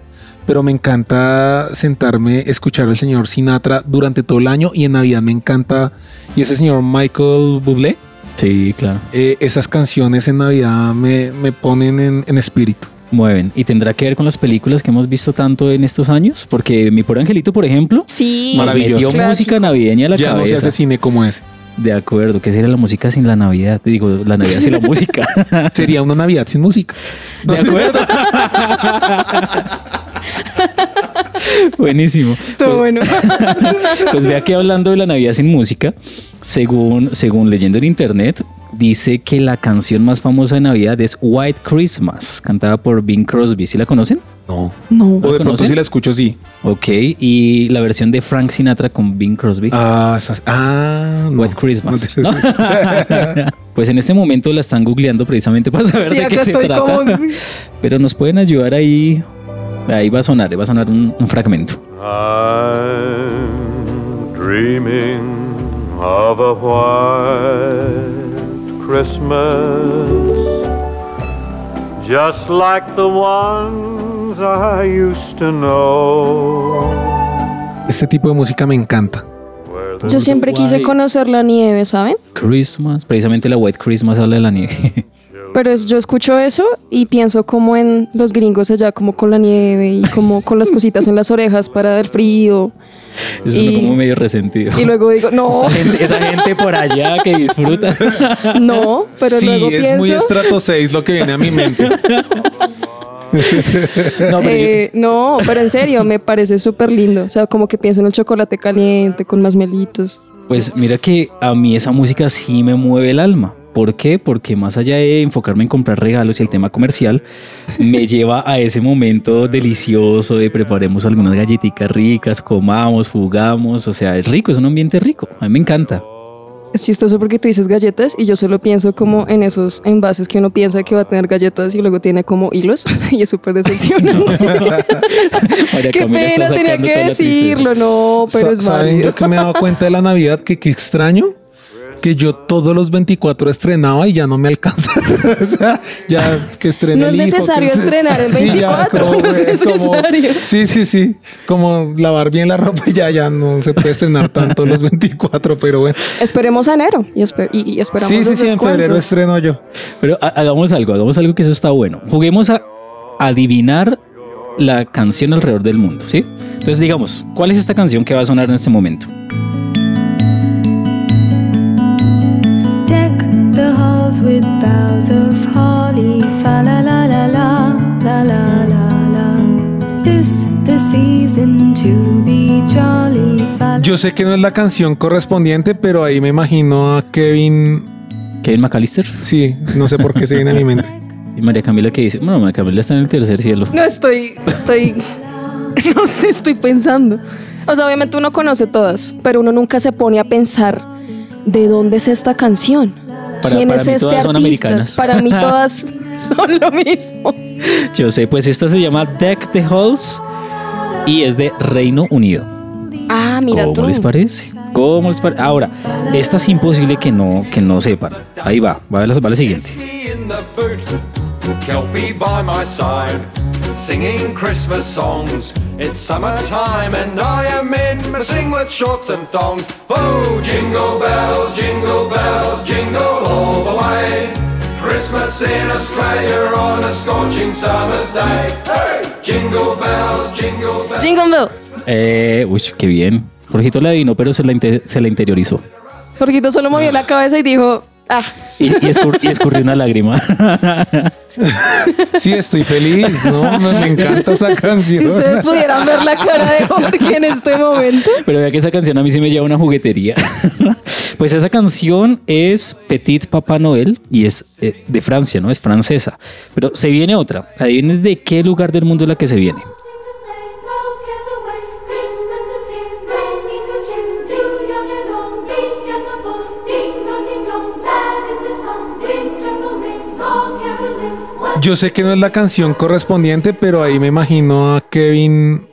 N: pero me encanta sentarme, escuchar al señor Sinatra durante todo el año y en Navidad me encanta. Y ese señor Michael Bublé.
H: Sí, claro.
N: eh, esas canciones en Navidad me, me ponen en, en espíritu.
H: Mueven. ¿Y tendrá que ver con las películas que hemos visto tanto en estos años? Porque Mi Por Angelito, por ejemplo,
O: Sí.
H: nos metió música navideña a la
N: Ya no se
H: cabeza.
N: hace cine como ese.
H: De acuerdo. ¿Qué sería la música sin la Navidad? Digo, la Navidad sin la música.
N: Sería una Navidad sin música.
H: De acuerdo. Buenísimo.
O: Estuvo bueno.
H: Pues vea que hablando de la Navidad sin música, según, según leyendo en internet, dice que la canción más famosa de Navidad es White Christmas, cantada por Bing Crosby. ¿Sí la conocen?
N: No.
O: No.
N: O de pronto sí la escucho, sí.
H: Ok, y la versión de Frank Sinatra con Bing Crosby.
N: Ah, ah
H: White Christmas. ¿no? pues en este momento la están googleando precisamente para saber
O: Sí,
H: de qué
O: acá
H: se
O: estoy
H: trata.
O: como-
H: Pero nos pueden ayudar ahí. Ahí va a sonar, va a sonar un- un fragmento.
P: I'm dreaming of a white Christmas, just like the ones I used to know.
N: Este tipo de música me encanta.
O: Yo siempre quise conocer la nieve, ¿saben?
H: Christmas, precisamente la White Christmas habla de la nieve.
O: Pero es- yo escucho eso y pienso como en los gringos allá, como con la nieve y como con las cositas en las orejas para el frío.
H: Eso
O: Y-
H: suena como medio resentido.
O: Y luego digo, no,
H: Esa gente, esa gente por allá que disfruta.
O: no, pero
N: sí,
O: luego
N: es
O: pienso...
N: muy estrato 6 lo que viene a mi mente.
H: No, pero yo-
O: eh, no, pero en serio, me parece súper lindo. O sea, como que pienso en el chocolate caliente con más melitos.
H: Pues mira que a mí esa música sí me mueve el alma. ¿Por qué? Porque más allá de enfocarme en comprar regalos y el tema comercial, me lleva a ese momento delicioso de preparemos algunas galletitas ricas, comamos, jugamos. O sea, es rico, es un ambiente rico. A mí me encanta.
O: Es chistoso porque tú dices galletas y yo solo pienso como en esos envases que uno piensa que va a tener galletas y luego tiene como hilos y es súper decepcionante.
H: María
O: Qué
H: Camila está
O: pena, tenía
H: sacando
O: que
H: toda la tristeza.
O: decirlo, no, pero
N: Sa-
O: es
N: ¿Saben
O: válido.
N: yo que me he dado cuenta de la Navidad? Que qué extraño. Que yo todos los 24 estrenaba y ya no me alcanza. o sea, ya que estrené
O: No es
N: el hijo,
O: necesario
N: que-
O: estrenar el
N: Sí, ya,
O: 24,
N: como,
O: no es
N: eh, como-
O: necesario.
N: sí, sí, sí. Como lavar bien la ropa, ya, ya no se puede estrenar tanto los 24, pero bueno.
O: Esperemos a enero y, esper- y- y esperamos
N: Sí, sí,
O: los
N: sí, en
O: descuentos.
N: febrero estreno yo.
H: Pero ha- hagamos algo, hagamos algo que eso está bueno. Juguemos a adivinar la canción alrededor del mundo, ¿sí? Entonces digamos, ¿cuál es esta canción que va a sonar en este momento?
Q: Deck the halls with boughs of holly. Fa la la la la la la la la. This the season to be jolly. Fa
N: Yo sé que no es la canción correspondiente, pero ahí me imagino a Kevin.
H: ¿Kevin McAllister?
N: Sí, no sé por qué se viene a mi mente.
H: Y María Camila que dice, bueno, María Camila está en el tercer cielo.
O: No estoy, estoy, no sé, estoy pensando. O sea, obviamente uno conoce todas, pero uno nunca se pone a pensar de dónde es esta canción.
H: Para-
O: ¿Quién
H: para
O: es
H: mí
O: este
H: todas son
O: artista?
H: americanas.
O: Para mí todas son lo mismo.
H: Yo sé, pues esta se llama Deck the Halls y es de Reino Unido.
O: Ah, mira tú.
H: ¿Cómo les parece? ¿Cómo les parece? Ahora, esta es imposible que no, que no sepan. Ahí va, va a la, va a la siguiente.
P: In the boot, Kelpie by my side, singing Christmas songs. It's summertime and I am in my singlet, shorts and thongs. Oh, jingle bells, jingle bells, jingle all the way. Christmas in Australia on a scorching summer's day. Hey! Jingle bells, jingle bells.
O: Jingle Bell.
H: Eh, uy, qué bien. Jorgito la adivinó, pero se la, inte- se la interiorizó.
O: Jorgito solo movió la cabeza y dijo, "Ah".
H: Y, y escur- y escurrí una lágrima.
N: Sí, estoy feliz, ¿no? Me, me encanta esa canción.
H: Si ustedes
O: pudieran ver la cara de Jorge en este momento.
H: Pero vea que esa canción a mí sí me lleva a una juguetería. Pues esa canción es Petit Papá Noel y es eh, de Francia, ¿no? Es francesa. Pero se viene otra. Adivinen de qué lugar del mundo es la que se viene.
N: Yo sé que no es la canción correspondiente, pero ahí me imagino a Kevin.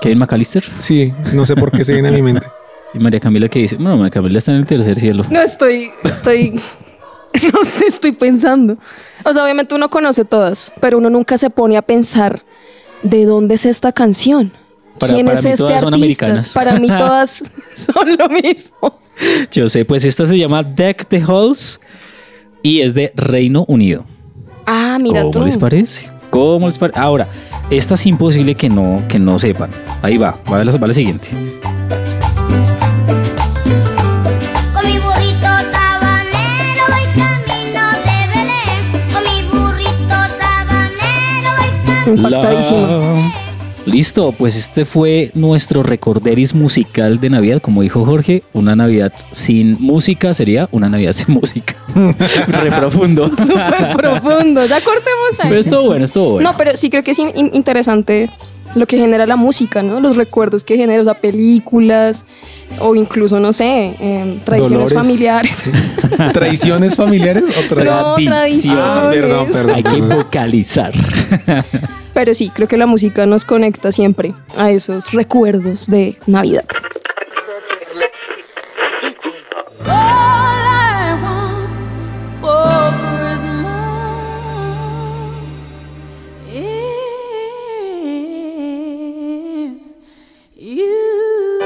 H: ¿Kevin McAllister?
N: Sí, no sé por qué se viene a mi mente.
H: Y María Camila que dice, bueno, María Camila está en el tercer cielo.
O: No estoy, estoy, no sé, estoy pensando. O sea, obviamente uno conoce todas, pero uno nunca se pone a pensar de dónde es esta canción.
H: Para-
O: ¿Quién
H: para
O: es
H: mí
O: este
H: todas son
O: artista?
H: americanas.
O: Para mí todas son lo mismo.
H: Yo sé, pues esta se llama Deck the Halls y es de Reino Unido.
O: Ah, mira
H: ¿Cómo
O: tú.
H: les parece? ¿Cómo les parece? Ahora, esta es imposible que no, que no sepan. Ahí va, va a la, va la siguiente.
P: Con mi burrito sabanero voy camino de Belén. Con mi burrito sabanero voy
H: La- Listo, pues este fue nuestro recorderis musical de Navidad. Como dijo Jorge, una Navidad sin música sería una Navidad sin música. Re profundo.
O: Súper profundo. Ya cortemos ahí.
H: Pero estuvo bueno, estuvo bueno.
O: No, pero sí creo que es in- interesante lo que genera la música, ¿no? Los recuerdos que genera, o sea, películas o incluso, no sé, em, tradiciones
N: Dolores.
O: familiares.
N: ¿Traiciones familiares o
O: No, tradiciones.
N: Ah, perdón, perdón.
H: Hay que vocalizar.
O: Pero sí, creo que la música nos conecta siempre a esos recuerdos de Navidad.
Q: for Christmas is you.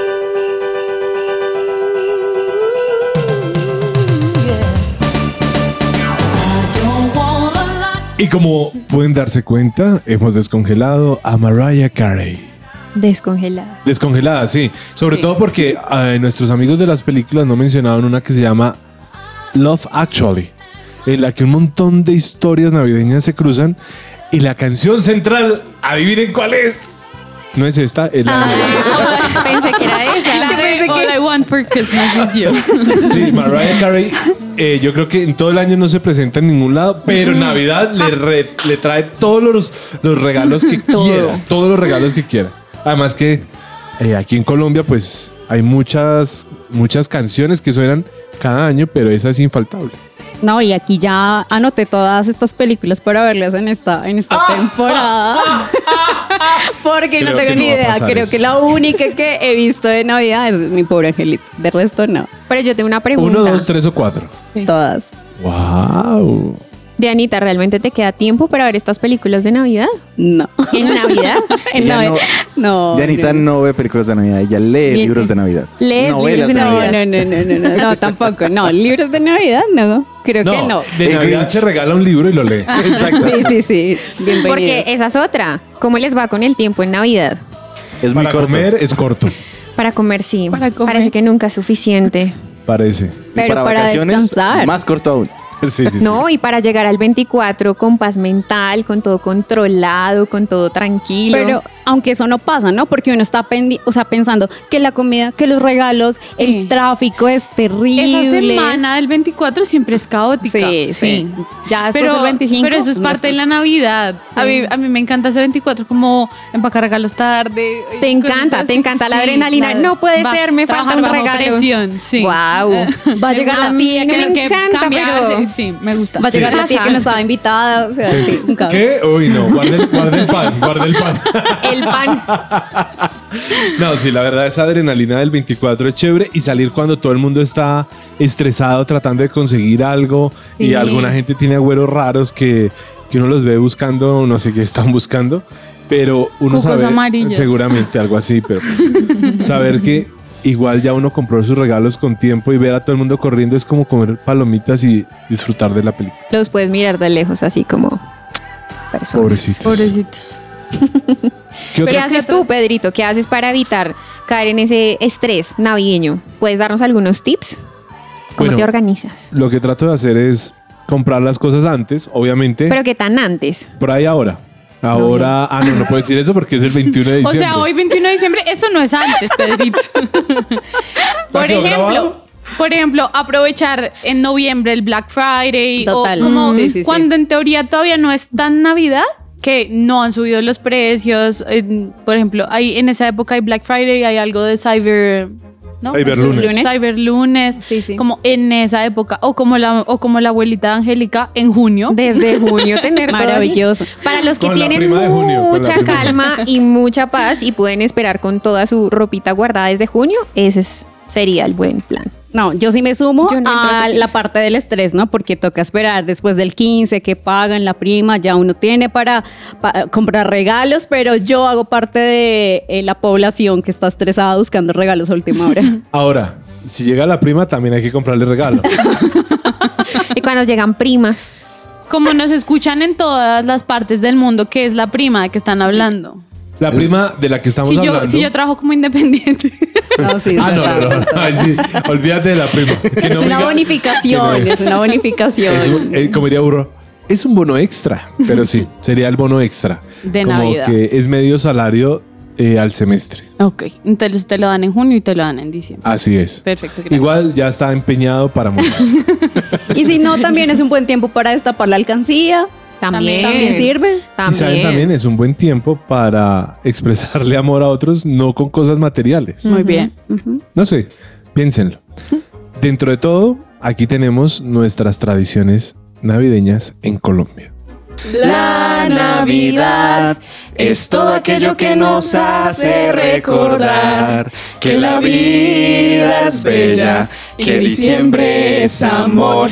C: Y como pueden darse cuenta, hemos descongelado a Mariah Carey.
E: Descongelada.
C: Descongelada, sí. Sobre todo porque eh, nuestros amigos de las películas no mencionaban una que se llama Love Actually, en la que un montón de historias navideñas se cruzan y la canción central, adivinen cuál es. No es esta,
P: Ah,
C: es la
E: Pensé que era esa.
F: La de All I Want for Christmas is You.
C: Sí, Mariah Carey, eh, yo creo que en todo el año no se presenta en ningún lado, pero en Navidad le, re- le trae todos los, los regalos que quiera. Todos los regalos que quiera. Además que eh, aquí en Colombia, pues hay muchas, muchas canciones que suenan cada año, pero esa es infaltable.
D: No, y aquí ya anoté todas estas películas para verlas en esta, en esta
K: Ah.
D: temporada. Porque no
H: Creo
D: tengo
H: que
D: ni
H: no va a
D: idea.
H: pasar
D: Creo
H: eso.
D: que la única que he visto de Navidad es mi pobre angelito. De resto, no.
E: Pero yo tengo una pregunta.
C: Uno, dos, tres o cuatro.
D: Todas.
C: ¡Wow!
E: Dianita, ¿realmente te queda tiempo para ver estas películas de Navidad?
D: No.
E: ¿En Navidad?
D: En
K: Ya
D: Navidad. No.
K: Janita
D: no.
K: no ve películas de Navidad, ella lee
D: Bien.
K: libros de Navidad.
D: Lees libros
K: Novelas
D: de
K: de
D: Navidad.
K: Navidad.
D: No, no, no, no, no, no, tampoco. No, libros de Navidad, no. Creo que no.
C: De Navidad se regala un libro y lo lee.
D: Sí, sí, sí. Bienvenidos.
E: Porque esa es otra. ¿Cómo les va con el tiempo en Navidad?
C: Es muy Para comer es corto,
E: Para comer, sí. Parece que nunca es suficiente.
C: parece.
E: Pero para descansar.
K: más corto aún.
C: Sí, sí,
E: No, y para llegar al 24 con paz mental, con todo controlado, con todo tranquilo.
D: Pero aunque eso no pasa, ¿no? Porque uno está pendi- o sea, pensando que la comida, que los regalos, el tráfico es terrible.
F: Esa semana del 24 siempre es caótica.
D: Sí, sí. Ya después
F: pero,
D: del 25,
F: Pero eso es
D: no
F: parte de
D: estás-
F: la Navidad. A, mí, a mí me encanta ese 24 como empacar regalos tarde.
E: Te encanta, te encanta la adrenalina. No puede ser, me falta
F: faltan
E: un regalo.
F: Presión, sí.
E: Guau. Va a llegar la tía que me encanta, pero-
F: Sí, me gusta.
D: Va a llegar la tía que no estaba invitada. O sea, sí. un caos.
C: ¿Qué? Uy, no, guarda el, guarda el pan, guarda el pan.
E: El pan.
C: No, sí, la verdad, esa adrenalina del 24 es chévere y salir cuando todo el mundo está estresado tratando de conseguir algo y
M: Sí.
C: alguna gente tiene agüeros raros que, que uno los ve buscando, no sé qué están buscando, pero uno
F: Cucos
C: sabe
F: amarillos.
C: seguramente algo así, pero saber que igual ya uno compró sus regalos con tiempo y ver a todo el mundo corriendo es como comer palomitas y disfrutar de la película.
E: Los puedes mirar de lejos, así como.
C: Pobrecitos.
F: Pobrecitos.
C: ¿Qué
E: ¿Qué,
C: otra-
E: haces tú, Pedrito? ¿Qué haces para evitar caer en ese estrés navideño? ¿Puedes darnos algunos tips? ¿Cómo
C: Bueno,
E: te organizas?
C: Lo que trato de hacer es comprar las cosas antes, obviamente.
E: Pero qué tan antes.
C: por ahí ahora. Ahora, ah, no, no puedo decir eso porque es el 21 de
F: O
C: diciembre.
F: sea, hoy 21 de diciembre, esto no es antes, Pedrito. por ejemplo,
C: quedó grabado?
F: por ejemplo, aprovechar en noviembre el Black Friday
D: Total.
F: o como
D: Mm. Sí, sí, sí.
F: cuando en teoría todavía no es tan Navidad que no han subido los precios. en- por ejemplo, hay, en esa época hay Black Friday, hay algo de Cyber... ¿no?
C: Cyberlunes.
F: Cyberlunes, como en esa época, o como la, o como la abuelita de Angélica en junio.
E: Desde junio tener todo así.
D: Maravilloso.
E: Para los que
F: Con la
E: tienen
F: prima de junio, con la
E: mucha
F: prima.
E: calma y mucha paz y pueden esperar con toda su ropita guardada desde junio, ese es- sería el buen plan.
D: No, yo sí me sumo
E: Yo no entro a
D: a
E: ese
D: la parte del estrés, ¿no? Porque toca esperar después del 15 que pagan la prima, ya uno tiene para, pa- comprar regalos, pero yo hago parte de eh, la población que está estresada buscando regalos a última hora.
C: Ahora, si llega la prima, también hay que comprarle regalo.
E: Y cuando llegan primas.
F: Como nos escuchan en todas las partes del mundo, que es la prima de que están hablando.
C: La prima de la que estamos
F: Si yo,
C: hablando.
F: si yo trabajo como independiente.
C: ah, no, no, no. Ay, sí. Olvídate de la prima. Que no
D: es una
C: diga- que
D: bonificación,
C: no-
D: es una bonificación.
C: Es un- eh, como diría burro, es un bono extra, pero sí, sería el bono extra.
F: De
C: como
F: Navidad.
C: que es medio salario eh, al semestre.
F: Ok, entonces te lo dan en junio y te lo dan en diciembre.
C: Así es.
F: Perfecto, gracias.
C: Ah, Igual ya está empeñado para muchos.
D: Y si no, también es un buen tiempo para destapar la alcancía. También. También sirve.
C: Y saben también es un buen tiempo para expresarle amor a otros, no con cosas materiales.
F: Muy bien.
C: No sé, piénsenlo. Dentro de todo, aquí tenemos nuestras tradiciones navideñas en Colombia.
P: La Navidad es todo aquello que nos hace recordar que la vida es bella, que diciembre es amor.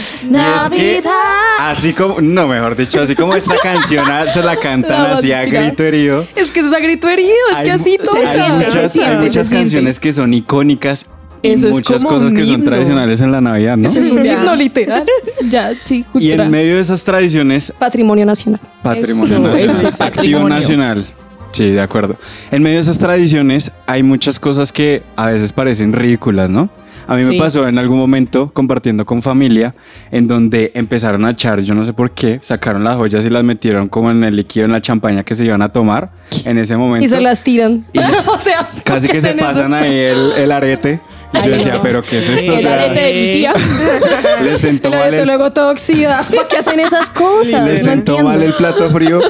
P: Navidad.
A: Así como, no, mejor dicho, así como esta canción ah, se la cantan
O: La
A: así a
O: vampira.
A: grito herido.
O: Es que eso es a grito herido, es que
A: mu-
O: así todo
A: hay muchas, hay muchas canciones que son icónicas y
O: Eso es
A: muchas
O: como
A: cosas
O: un
A: que son
O: himno.
A: tradicionales en la Navidad, ¿no?
O: Eso es un
F: Ya.
O: himno literal.
F: ya, sí,
A: Y en medio de esas tradiciones,
O: Patrimonio nacional.
A: patrimonio
O: Eso,
A: nacional.
O: eso,
A: activo
O: patrimonio.
A: nacional. Sí, de acuerdo. En medio de esas tradiciones hay muchas cosas que a veces parecen ridículas, ¿no? A mí me
H: Sí.
A: pasó en algún momento compartiendo con familia, en donde empezaron a echar, yo no sé por qué, sacaron las joyas y las metieron como en el líquido, en la champaña que se iban a tomar en ese momento.
O: Y se las tiran. o sea, ¿por
A: Casi
O: qué
A: que se
O: hacen eso?
A: pasan ahí el, el arete. Y yo decía, ¿pero qué es esto? O
O: El
A: sea,
O: arete de mi tía.
A: Le sentó
O: El
A: mal
O: arete
A: el,
O: luego todo oxidas. ¿Por qué hacen esas cosas?
A: le
O: no
A: sentó
O: entiendo.
A: mal el plato frío.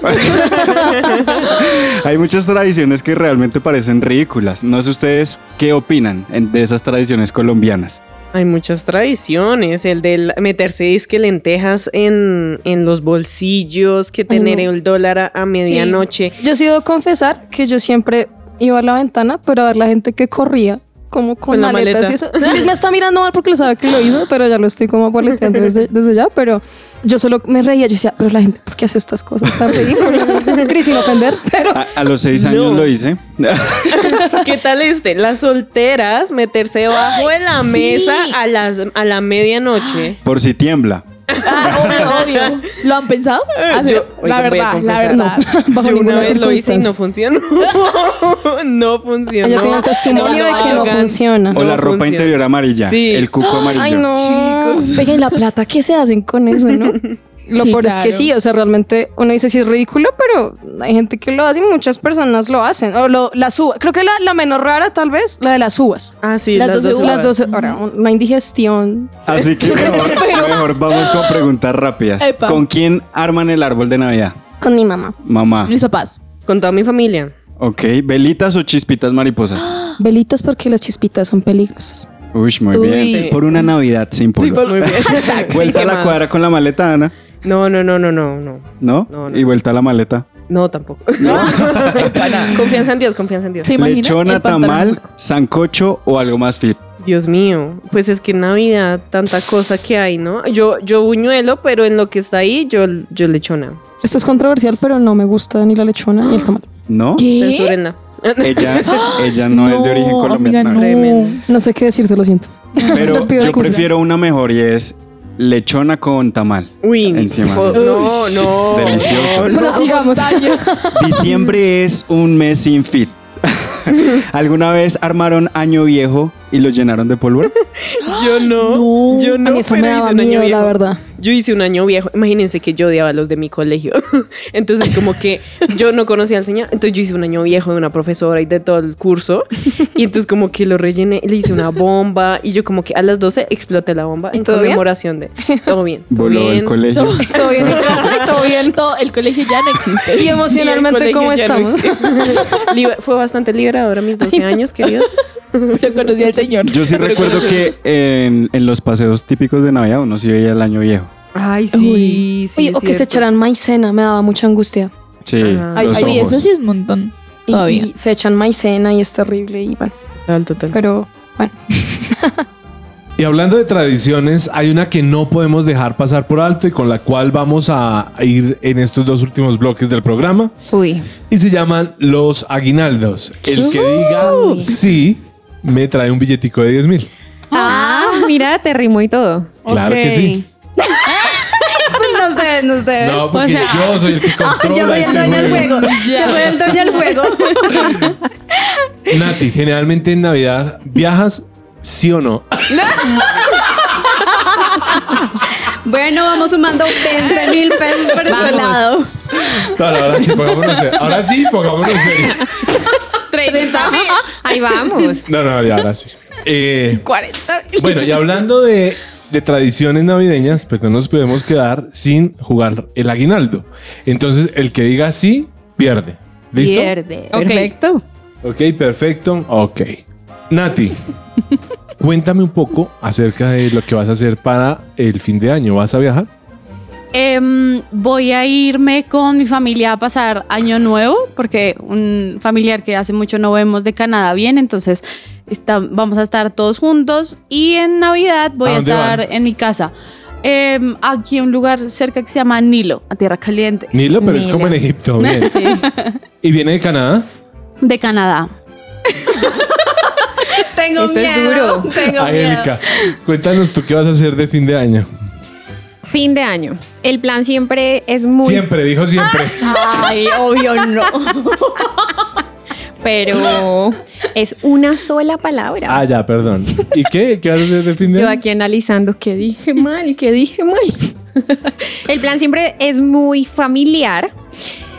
A: Hay muchas tradiciones que realmente parecen ridículas. No sé ustedes qué opinan en- de esas tradiciones colombianas.
R: Hay muchas tradiciones, el de meterse disque lentejas en, en los bolsillos, que tener
O: no.
R: el dólar a, a medianoche.
O: Yo sí debo confesar que yo siempre iba a la ventana, pero a ver la gente que corría. Como con,
R: Con la
O: maletas
R: maleta.
O: y eso. Luis me está mirando mal porque lo sabe que lo hizo, pero ya lo estoy como boleteando desde, desde ya. Pero yo solo me reía. Yo decía, pero la gente, ¿por qué hace estas cosas tan ridículas? Cris, sin ofender, pero
A: A, a los seis años lo hice.
R: ¿Qué tal este? Las solteras meterse debajo de la
A: sí.
R: mesa a, las, a la medianoche.
A: Por si tiembla.
F: obvio, obvio. ¿Lo han pensado? Hacer-
R: Yo-
F: la
R: oigan, voy a
F: verdad, la
R: confesar.
F: verdad.
R: Yo una
O: ninguna
R: vez lo hice y no
O: circunstancia.
R: funcionó. no funcionó.
O: yo tengo testimonio de que no
R: Logan.
O: funciona.
A: O la ropa interior amarilla.
R: Sí.
A: El cuco amarillo.
O: Ay, no. Venga, y la plata, ¿qué se hacen con eso, no? Lo
F: Sí,
O: peor es que
F: claro.
O: sí, o sea, realmente uno dice sí es ridículo, pero hay gente que lo hace y muchas personas lo hacen. O lo- las uvas, creo que la, la menos rara tal vez, la de las uvas.
R: Ah, sí,
O: las,
R: las
O: dos,
R: dos
O: Las
R: uvas.
O: dos, ahora, una indigestión.
A: Así que mejor, mejor vamos con preguntas rápidas.
O: Epa.
A: ¿Con quién arman el árbol de Navidad?
O: Con mi mamá. Mm.
A: Mamá.
O: papás.
R: Con toda mi familia.
A: Ok, velitas o chispitas mariposas.
O: Velitas porque las chispitas son peligrosas.
A: Uy, muy
O: Uy.
A: bien. Por una Navidad sin polvo.
R: Muy bien.
A: Vuelta a
R: Sí,
A: la
R: quemada.
A: cuadra con la maleta, Ana.
R: No, no, no, no, no, no.
A: ¿No? Y vuelta a la maleta.
R: No, tampoco. confianza en Dios, confianza en Dios.
A: Lechona, tamal, sancocho o algo más fit.
R: Dios mío, pues es que en Navidad tanta cosa que hay, ¿no? Yo, yo buñuelo, pero en lo que está ahí, yo, yo lechona.
O: Esto es controversial, pero no me gusta ni la lechona ni el tamal.
A: ¿No?
O: ¿Qué?
R: Censúrenla.
A: Ella, ella no, es de origen colombiano.
O: ¡Ah! amiga, no. no sé qué decirte, lo siento.
A: Pero
O: Les pido
A: yo
O: excusas.
A: prefiero una mejor y es lechona con tamal.
R: Uy,
A: encima.
R: po- no, no,
A: Delicioso.
O: Bueno, sigamos.
A: Diciembre es un mes sin fit. ¿Alguna vez armaron año viejo y y lo llenaron de pólvora?
R: Yo no, yo no,
O: a mí eso me
R: pero
O: daba
R: hice un año
O: miedo, la
R: viejo.
O: verdad.
R: Yo hice un año viejo. Imagínense que yo odiaba a los de mi colegio. Entonces, como que yo no conocía al señor. Entonces, yo hice un año viejo de una profesora y de todo el curso. Y entonces, como que lo rellené, le hice una bomba. Y yo, como que a las 12 exploté la bomba en
O: todo bien?
R: conmemoración de todo bien. todo
A: Voló el
R: bien.
A: colegio.
O: Todo, todo bien en casa, todo bien, todo, el colegio ya no existe. Y
R: Y
O: emocionalmente,
R: el
O: ¿cómo
R: colegio ya no
O: estamos?
R: existe. Liber- Fue bastante liberadora mis 12 años, queridos.
O: Yo conocí al señor.
A: Yo sí recuerdo que en, en los paseos típicos de Navidad uno sí veía el año viejo.
R: Ay, sí, sí.
O: Oye,
R: es
O: o que se
R: cierto.
O: echaran maicena, me daba mucha angustia.
A: Sí,
R: Ah.
O: Ay,
A: los
O: ay,
A: ojos.
O: eso sí es un montón. Y,
G: Todavía.
O: y se echan maicena y es terrible y bueno. Pero bueno.
C: Y hablando de tradiciones, hay una que no podemos dejar pasar por alto y con la cual vamos a ir en estos dos últimos bloques del programa.
G: Uy.
C: Y se llaman los aguinaldos. El que diga sí, me trae un billetico de 10 mil.
E: Ah, mira, te rimó y todo.
C: Claro que sí.
E: nos debes, nos debes.
C: No, porque yo soy el que controla
E: yo soy el
C: este
E: dueño del
C: juego.
E: juego.
B: Ya.
E: Yo soy el dueño del juego.
C: Nati, generalmente en Navidad viajas, sí o no.
D: Bueno, vamos sumando 20 mil pesos por
E: Vamos.
D: su lado.
C: No, no, ahora sí, pongámonos serios. Ahora sí, pongámonos serios.
E: 30 mil. Ahí vamos.
C: No, no, ya, ahora sí. Eh,
E: 40
C: Bueno, y hablando de, de tradiciones navideñas, pues no nos podemos quedar sin jugar el aguinaldo. Entonces, el que diga sí, pierde. ¿Listo?
E: Pierde. Perfecto.
C: Ok, perfecto. Ok. Nati, cuéntame un poco acerca de lo que vas a hacer para el fin de año. ¿Vas a viajar?
F: Em, voy a irme con mi familia a pasar año nuevo, porque un familiar que hace mucho no vemos de Canadá bien, entonces está- vamos a estar todos juntos y en Navidad voy
C: ¿A
F: a,
C: dónde
F: estar
C: van?
F: en mi casa. Em, aquí un lugar cerca que se llama Nilo, a Tierra Caliente.
C: Nilo, pero es como en Egipto. Bien.
F: Sí,
C: ¿Y viene de Canadá?
F: de Canadá.
E: Tengo
F: Esto es
E: miedo.
F: duro.
E: Tengo miedo.
C: Angélica, cuéntanos tú qué vas a hacer de fin de año.
E: Fin de año. El plan siempre es muy.
C: Siempre, dijo siempre.
E: Ah. Ay, obvio no. Pero es una sola palabra.
C: Ah, ya, perdón. ¿Y qué? ¿Qué vas a hacer de fin de
E: Yo
C: año?
E: aquí analizando qué dije mal y qué dije mal. El plan siempre es muy familiar.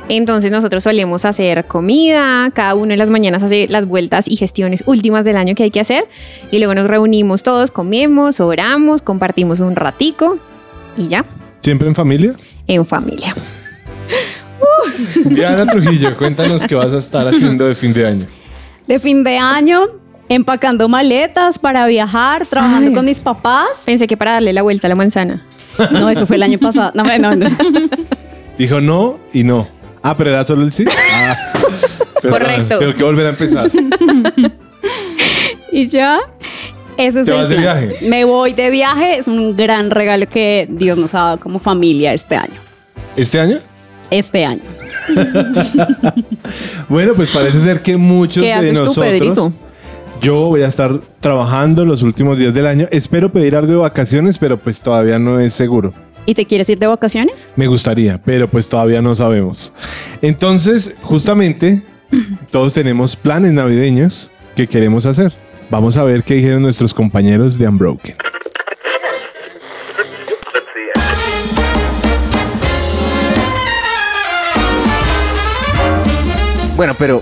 E: Entonces nosotros solemos hacer comida, cada uno en las mañanas hace las vueltas y gestiones últimas del año que hay que hacer y luego nos reunimos todos, comemos, oramos, compartimos un ratico y ya,
C: ¿Siempre en familia?
E: en familia.
C: Diana Trujillo, cuéntanos qué vas a estar haciendo de fin de año.
D: de fin de año, empacando maletas para viajar, trabajando con mis papás.
E: Pensé que para darle la vuelta a la manzana.
D: No, eso fue el año pasado. No, no, no.
C: Dijo no y no. Ah, pero era solo el sí. Ah, perdón,
D: Correcto.
C: Tengo que volver a empezar.
D: Y ya. Ese es
C: ¿Te
D: el
C: vas de
D: plan.
C: viaje?
D: Me voy de viaje. Es un gran regalo que Dios nos ha dado como familia este año.
C: ¿Este año?
D: Este año.
C: Bueno, pues parece ser que muchos
D: ¿Qué
C: de
D: haces tú,
C: nosotros.
D: Pedrito?
C: Yo voy a estar trabajando los últimos días del año. Espero pedir algo de vacaciones, pero pues todavía no es seguro.
D: ¿Y te quieres ir de vacaciones?
C: Me gustaría, pero pues todavía no sabemos. Entonces, justamente, todos tenemos planes navideños que queremos hacer. Vamos a ver qué dijeron nuestros compañeros de Unbroken.
K: Bueno, pero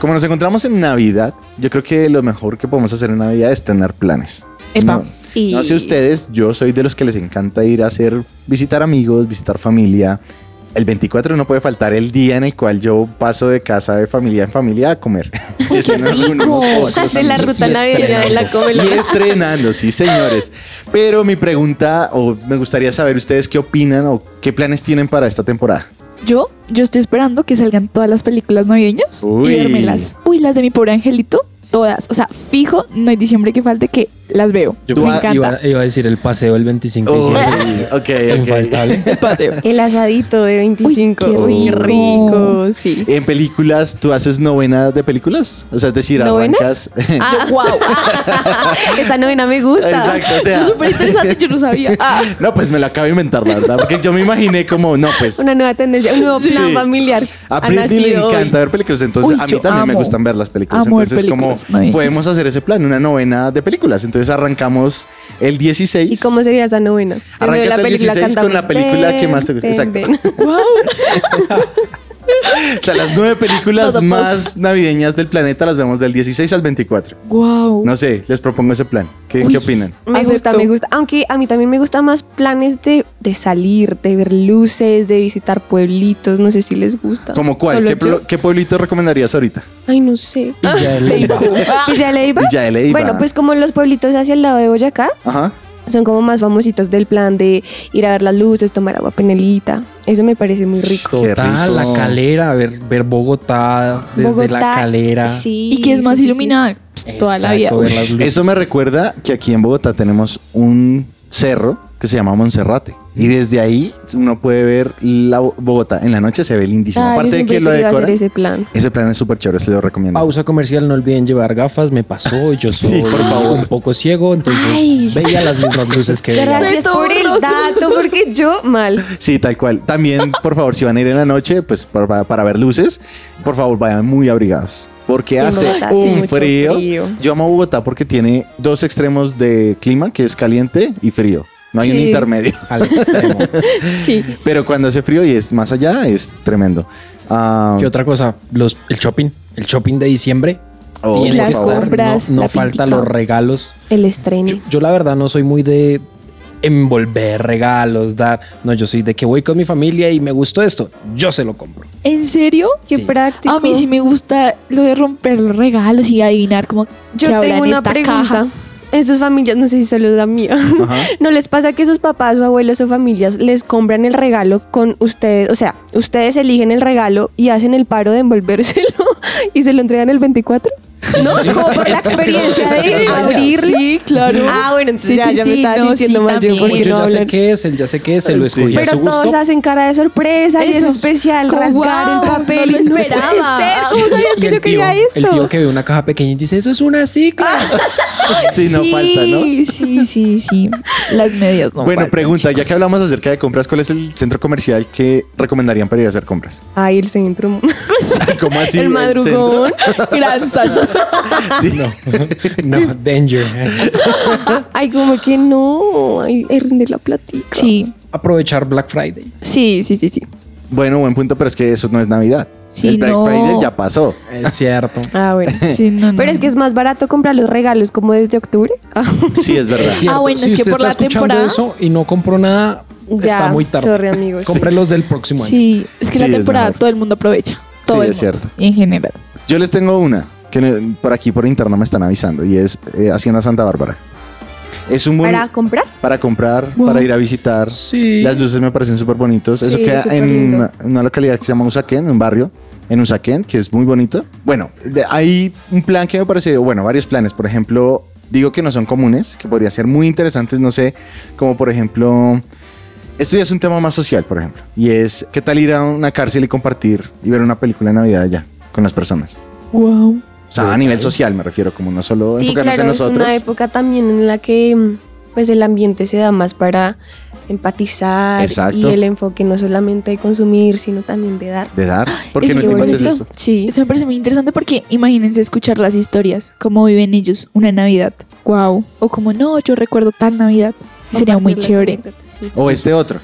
K: como nos encontramos en Navidad, yo creo que lo mejor que podemos hacer en Navidad es tener planes.
E: Epa,
K: no,
E: sí.
K: no sé ustedes, yo soy de los que les encanta ir a hacer, visitar amigos, visitar familia. El 24 no puede faltar el día en el cual yo paso de casa de familia en familia a comer. Si es que nos reunimos con otros
L: Hace la
K: amigos
L: ruta
K: y
L: navideña de la
K: estrenando.
L: comela.
K: Y estrenando, sí, señores. Pero mi pregunta, o me gustaría saber ustedes qué opinan o qué planes tienen para esta temporada.
J: Yo, yo estoy esperando que salgan todas las películas navideñas
K: Uy.
J: y vérmelas. Uy, las de mi pobre angelito, todas. O sea, fijo, no hay diciembre que falte que las veo.
S: Yo
J: Me
S: pensé que
J: encanta.
S: iba, iba a decir el paseo el 25 de
K: Uy,
S: diciembre.
K: Oh, ok, ok.
S: Infaltable.
L: El asadito de 25. Uy, qué rico. Sí.
K: En películas, ¿tú haces novena de películas? O sea, es decir,
L: ¿Novena?
K: arrancas.
L: Yo, wow. Esta Ah. novena me gusta.
K: Exacto, o sea.
L: Yo súper interesante, yo no sabía. Ah,
K: No, pues me lo acabo de inventar, la verdad. Porque yo me imaginé como, no, pues.
L: una nueva tendencia, un nuevo
K: Sí.
L: plan familiar.
K: A
L: ha
K: Britney le
L: nacido hoy.
K: encanta ver películas, entonces
L: Uy,
K: a mí
L: yo
K: también me
L: amo.
K: gustan ver las películas.
L: Amo ver
K: entonces,
L: películas, no
K: como
L: digas.
K: podemos hacer ese plan, una novena de películas. Entonces arrancamos el 16.
L: ¿Y cómo sería esa novena?
K: Arrancas
L: la
K: el 16 con la
L: cantamos,
K: película que
L: "Ven,
K: más te gusta".
L: ven,
K: Exacto.
L: ven. Wow.
K: O sea, las nueve películas
L: Todo
K: más navideñas del planeta las vemos del 16 al 24.
L: Wow.
K: No sé, les propongo ese plan. ¿Qué, ¿qué opinan?
L: Me gusta, me gusta. Aunque a mí también me gustan más planes de, de salir, de ver luces, de visitar pueblitos. No sé si les gusta.
K: ¿Como cuál?
L: Solo
K: ¿Qué,
L: yo-
K: pueblo- qué pueblito recomendarías ahorita?
L: Ay, no sé.
K: Villa de Leyva.
L: ¿Villa de Leyva?
K: Villa de Leyva.
L: Bueno, pues como los pueblitos hacia el lado de Boyacá
K: Ajá.
L: son como más famositos del plan de ir a ver las luces, tomar agua penelita. Eso me parece muy rico.
S: Total, la calera, ver, ver Bogotá desde la
L: Bogotá,
S: calera.
L: Sí.
J: Y que es más iluminada pues, toda la vida.
S: Exacto, ver las luces.
K: Eso me recuerda que aquí en Bogotá tenemos un cerro que se llama Monserrate. Y desde ahí uno puede ver la Bo- Bogotá. En la noche se ve lindísimo.
L: Ah, yo
K: Aparte de
L: siempre
K: que lo
L: he querido hacer
K: decoran.
L: ese plan.
K: Ese plan es súper chévere, se lo recomiendo.
S: Pausa comercial, no olviden llevar gafas, me pasó, yo soy
K: por favor.
S: un poco ciego, entonces
L: Ay.
S: veía las mismas luces pues que veía.
L: Gracias por el dato, porque yo mal.
K: Sí, tal cual. También, por favor, si van a ir en la noche, pues para, para ver luces, por favor, vayan muy abrigados. Porque
L: En
K: hace
L: Bogotá hace
K: un
L: mucho
K: frío.
L: frío.
K: Yo amo Bogotá porque tiene dos extremos de clima, que es caliente y frío. No hay un
L: Sí.
K: intermedio. Pero cuando hace frío y es más allá, es tremendo. Ah,
S: ¿Qué otra cosa? Los, el shopping, el shopping de diciembre.
K: Oh,
S: tiene
K: Las
S: que estar,
L: compras,
S: no, no
L: la
S: falta
L: pintica.
S: los regalos.
L: El estreno.
S: Yo la verdad no soy muy de envolver regalos, dar. No, yo soy de que voy con mi familia y me gustó esto, yo se lo compro.
J: ¿En serio? Qué práctico. A mí sí me gusta lo de romper los regalos y adivinar como
L: Yo
J: qué habrá
L: tengo
J: en
L: una
J: esta
L: pregunta.
J: caja.
L: En sus familias, no sé si solo es la mía. ¿No les pasa que sus papás o abuelos o familias les compran el regalo con ustedes? O sea, ustedes eligen el regalo y hacen el paro de envolvérselo y se lo entregan el 24?
S: ¿No?
L: Como por la experiencia de abrirlo.
J: Sí, claro.
L: Ah, bueno, entonces
J: Sí,
L: ya,
J: sí,
L: ya me
J: sí,
L: estaba
J: no,
L: sintiendo
J: sí,
L: mal yo
J: también.
S: Como
L: porque
S: yo
L: no
S: ya sé
L: hablan.
S: qué es, él ya sé qué es, él lo escogí a
L: Pero
S: su gusto.
L: todos hacen cara de sorpresa y es
J: Eso.
L: especial
J: Como,
L: rasgar el
J: "Guau,
L: papel.
J: no lo
L: puede
J: esperaba".
L: ser, ¿Cómo sabías que
S: el
L: yo quería
S: tío- El
L: esto?
S: tío que ve una caja pequeña y dice, eso es una cicla.
K: sí, no falta, ¿no?
J: Sí, sí, sí, sí. Las medias no
K: bueno,
J: faltan,
K: pregunta, ya que hablamos acerca de compras, ¿cuál es el centro comercial que recomendarían para ir a hacer compras?
L: Ay, el centro.
K: ¿Cómo así?
L: el madrugón. Gran salto.
K: no,
S: no, danger.
L: Ay, como que no. Ay, ay, rinde la platica.
J: Sí.
S: Aprovechar Black Friday.
J: Sí, sí, sí, sí.
K: Bueno, buen punto, pero es que eso no es Navidad.
J: Sí,
K: el Black
J: no.
K: Friday ya pasó.
S: Es cierto.
L: Ah, bueno.
J: Sí, no, no.
L: Pero es que es más barato comprar los regalos como desde octubre. Ah,
K: Sí, es verdad.
S: Es cierto.
L: Ah, bueno,
S: si
L: es que
S: usted
L: por
S: está
L: la
S: escuchando
L: temporada-
S: eso y no compró nada,
L: Ya,
S: está muy tarde.
L: sorry, amigos.
S: Compre los del próximo año.
J: Sí, es que
K: Sí,
J: la
K: es
J: temporada
K: mejor.
J: todo el mundo aprovecha. Todo
K: Sí,
J: el
K: es
J: mundo.
K: cierto.
J: En general.
K: Yo les tengo una que le- por aquí por interno me están avisando y es eh, Hacienda Santa Bárbara. Es un buen
L: ¿Para comprar?
K: para comprar, para ir a visitar. Las luces me parecen súper bonitos. Eso
L: Sí,
K: queda
L: súper
K: en
L: lindo.
K: una localidad que se llama Usaquén, un barrio en Usaquén, que es muy bonito. Bueno, de- hay un plan que me parece, bueno, varios planes. Por ejemplo, digo que no son comunes, que podría ser muy interesantes, no sé, como por ejemplo... Esto ya es un tema más social, por ejemplo. Y es, ¿qué tal ir a una cárcel y compartir y ver una película de Navidad allá con las personas?
J: Wow.
K: O sea, a nivel social me refiero, como no solo
L: Sí,
K: enfocarnos
L: claro,
K: en
L: es una
K: nosotros.
L: época también en la que mm, pues el ambiente se da más para empatizar
K: Exacto.
L: y el enfoque no solamente de consumir, sino también de dar.
K: De dar, porque no
J: Eso
K: te
J: me
K: parece
J: parece-
K: eso.
L: Sí.
J: Eso me parece muy interesante porque imagínense escuchar las historias, cómo viven ellos una Navidad. Wow. O como no, yo recuerdo tal Navidad. Sería muy chévere.
K: O este otro,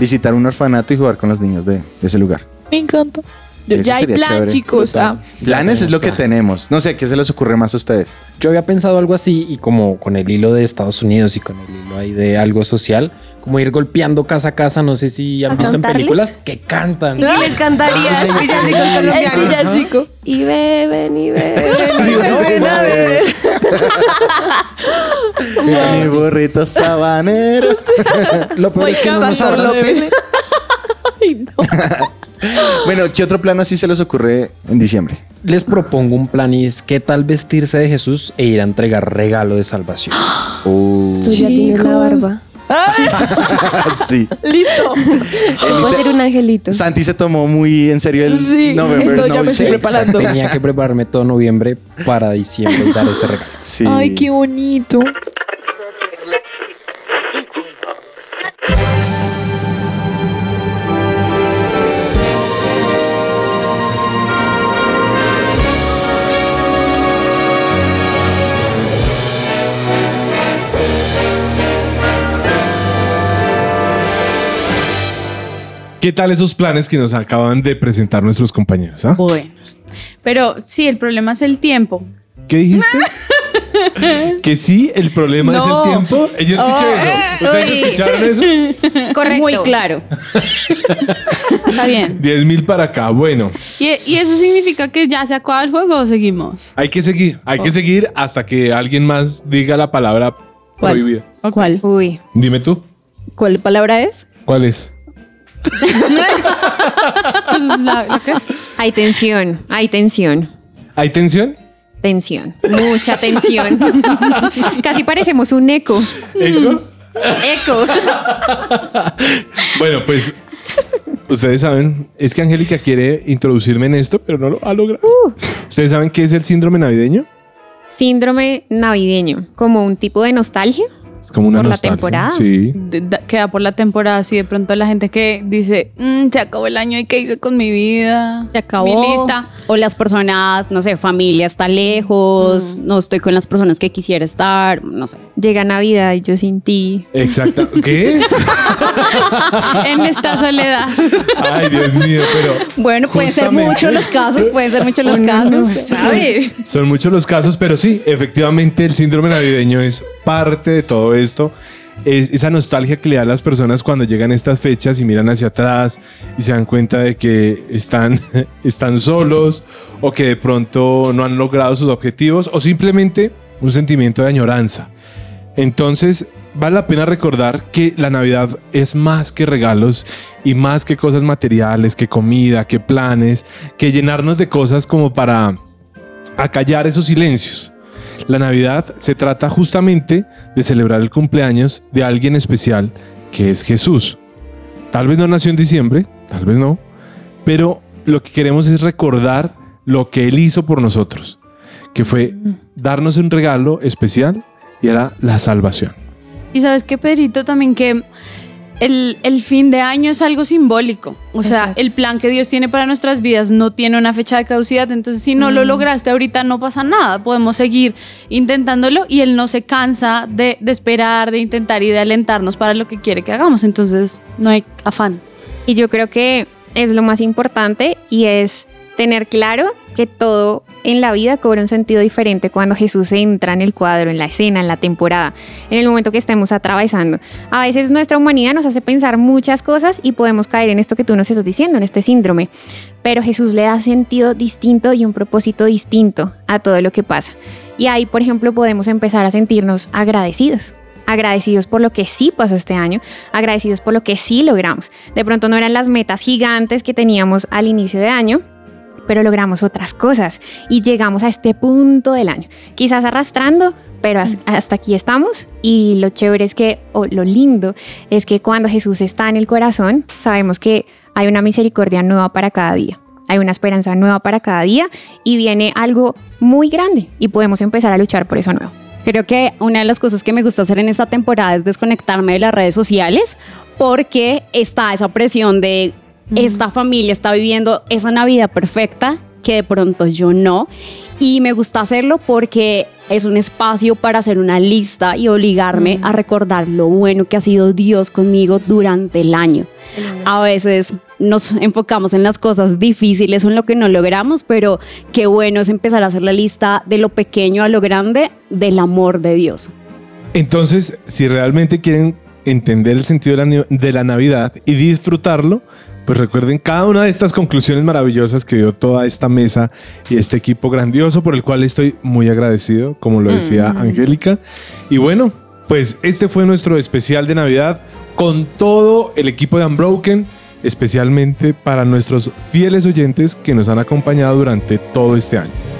K: visitar un orfanato y jugar con los niños de, de ese lugar.
J: Me encanta. Yo-
K: Eso
J: ya hay
K: sería
J: plan,
K: chévere.
J: chicos. Ah,
K: Planes es lo que tenemos. No sé, ¿qué se les ocurre más a ustedes?
S: Yo había pensado algo así y como con el hilo de Estados Unidos y con el hilo ahí de algo social, como ir golpeando casa a casa, no sé si han
L: ¿A
S: visto
L: cantarles?
S: en películas que cantan.
L: Y que les cantaría
S: Sí,
L: el
S: Ah, sí,
L: villancico
S: sí.
L: colombiano.
S: El villancico.
L: Y beben, y beben, y beben, a beber.
K: Mi burrito sabanero.
S: Lo peor es que no nos habrán-
K: Bueno, ¿qué otro plan así se les ocurre en diciembre?
S: les propongo un plan y es qué tal vestirse de Jesús e ir a entregar regalo de salvación.
K: Uh.
L: Tú ya tienes la barba.
K: sí.
L: Listo. Voy a ser un angelito.
K: Santi se tomó muy en serio el
L: Sí,
K: November
L: entonces
K: No
L: ya me estoy
K: Shakes.
L: preparando.
S: Tenía que prepararme todo noviembre para diciembre y dar este regalo.
K: Sí.
J: Ay, qué bonito.
C: ¿Qué tal esos planes que nos acaban de presentar nuestros compañeros? ah?
F: Pero sí, el problema es el tiempo.
C: ¿Qué dijiste? que sí, el problema
F: No.
C: es el tiempo. Yo escuché
F: Oh.
C: eso. ¿Ustedes
F: Uy.
C: escucharon eso?
F: Correcto. Muy claro. Está bien.
C: 10 mil para acá. Bueno,
F: ¿Y, y eso significa que ya se acaba el juego o seguimos?
C: hay que seguir. Hay
F: Oh.
C: que seguir hasta que alguien más diga la palabra
D: ¿Cuál?
C: prohibida.
D: ¿Cuál? Uy.
C: Dime tú,
D: ¿Cuál palabra es?
C: ¿cuál es?
E: Pues Hay tensión, hay tensión.
C: ¿Hay tensión?
E: Tensión, mucha tensión. Casi parecemos un eco.
C: ¿Eco?
E: Eco.
C: Bueno, pues ustedes saben, es que Angélica quiere introducirme en esto, pero no lo ha logrado.
E: Uh.
C: ¿Ustedes saben qué es el síndrome navideño?
E: Síndrome navideño, como un tipo de nostalgia.
C: Es como una
E: Por la
C: nostalgia.
E: temporada. Mm.
C: Sí.
F: De- da- queda por la temporada, así de pronto la gente que dice, "Mm, se acabó el año y qué hice con mi vida.
D: Se acabó.
F: Mi lista.
D: O las personas, no sé, familia está lejos,
F: Mm.
D: no estoy con las personas que quisiera estar, no sé.
E: Llega Navidad y yo sin ti.
C: Exacto. ¿Qué?
F: en esta soledad.
C: Ay, Dios mío, pero
D: Bueno, pueden ser
C: Justamente.
D: muchos los casos, pueden ser muchos los
F: Uno
D: casos.
F: no sabe.
C: Son muchos los casos, pero sí, efectivamente el síndrome navideño es parte de todo esto. Es esa nostalgia que le da a las personas cuando llegan estas fechas y miran hacia atrás y se dan cuenta de que están, están solos o que de pronto no han logrado sus objetivos o simplemente un sentimiento de añoranza. Entonces, vale la pena recordar que la Navidad es más que regalos y más que cosas materiales, que comida, que planes, que llenarnos de cosas como para acallar esos silencios. La Navidad se trata justamente de celebrar el cumpleaños de alguien especial que es Jesús. Tal vez no nació en diciembre, tal vez no, pero lo que queremos es recordar lo que Él hizo por nosotros, que fue darnos un regalo especial y era la salvación.
F: Y sabes qué, Pedrito, también que el, el fin de año es algo simbólico. O sea, el plan que Dios tiene para nuestras vidas no tiene una fecha de caducidad. Entonces, si no lo lograste ahorita, no pasa nada. Podemos seguir intentándolo y Él no se cansa de, de esperar, de intentar y de alentarnos para lo que quiere que hagamos. Entonces, Pues, no hay afán.
E: Y yo creo que es lo más importante y es tener claro que todo en la vida cobra un sentido diferente cuando Jesús entra en el cuadro, en la escena, en la temporada, en el momento que estemos atravesando. A veces nuestra humanidad nos hace pensar muchas cosas y podemos caer en esto que tú nos estás diciendo, en este síndrome. Pero Jesús le da sentido distinto y un propósito distinto a todo lo que pasa. Y ahí, por ejemplo, podemos empezar a sentirnos agradecidos agradecidos por lo que sí pasó este año, agradecidos por lo que sí logramos. De pronto no eran las metas gigantes que teníamos al inicio de año, pero logramos otras cosas y llegamos a este punto del año. Quizás arrastrando, pero has- hasta aquí estamos y lo chévere es que, o lo lindo, es que cuando Jesús está en el corazón, sabemos que hay una misericordia nueva para cada día. Hay una esperanza nueva para cada día y viene algo muy grande y podemos empezar a luchar por eso nuevo.
D: Creo que una de las cosas que me gusta hacer en esta temporada es desconectarme de las redes sociales porque está esa presión de esta familia está viviendo esa Navidad perfecta que de pronto yo no. Y me gusta hacerlo porque es un espacio para hacer una lista y obligarme a recordar lo bueno que ha sido Dios conmigo durante el año. A veces nos enfocamos en las cosas difíciles o en lo que no logramos, pero qué bueno es empezar a hacer la lista de lo pequeño a lo grande del amor de Dios.
C: Entonces, si realmente quieren entender el sentido de la, ni- de la Navidad y disfrutarlo, pues recuerden cada una de estas conclusiones maravillosas que dio toda esta mesa y este equipo grandioso por el cual estoy muy agradecido, como lo decía
M: Mm.
C: Angélica. Y bueno, pues este fue nuestro especial de Navidad con todo el equipo de Unbroken. especialmente para nuestros fieles oyentes que nos han acompañado durante todo este año.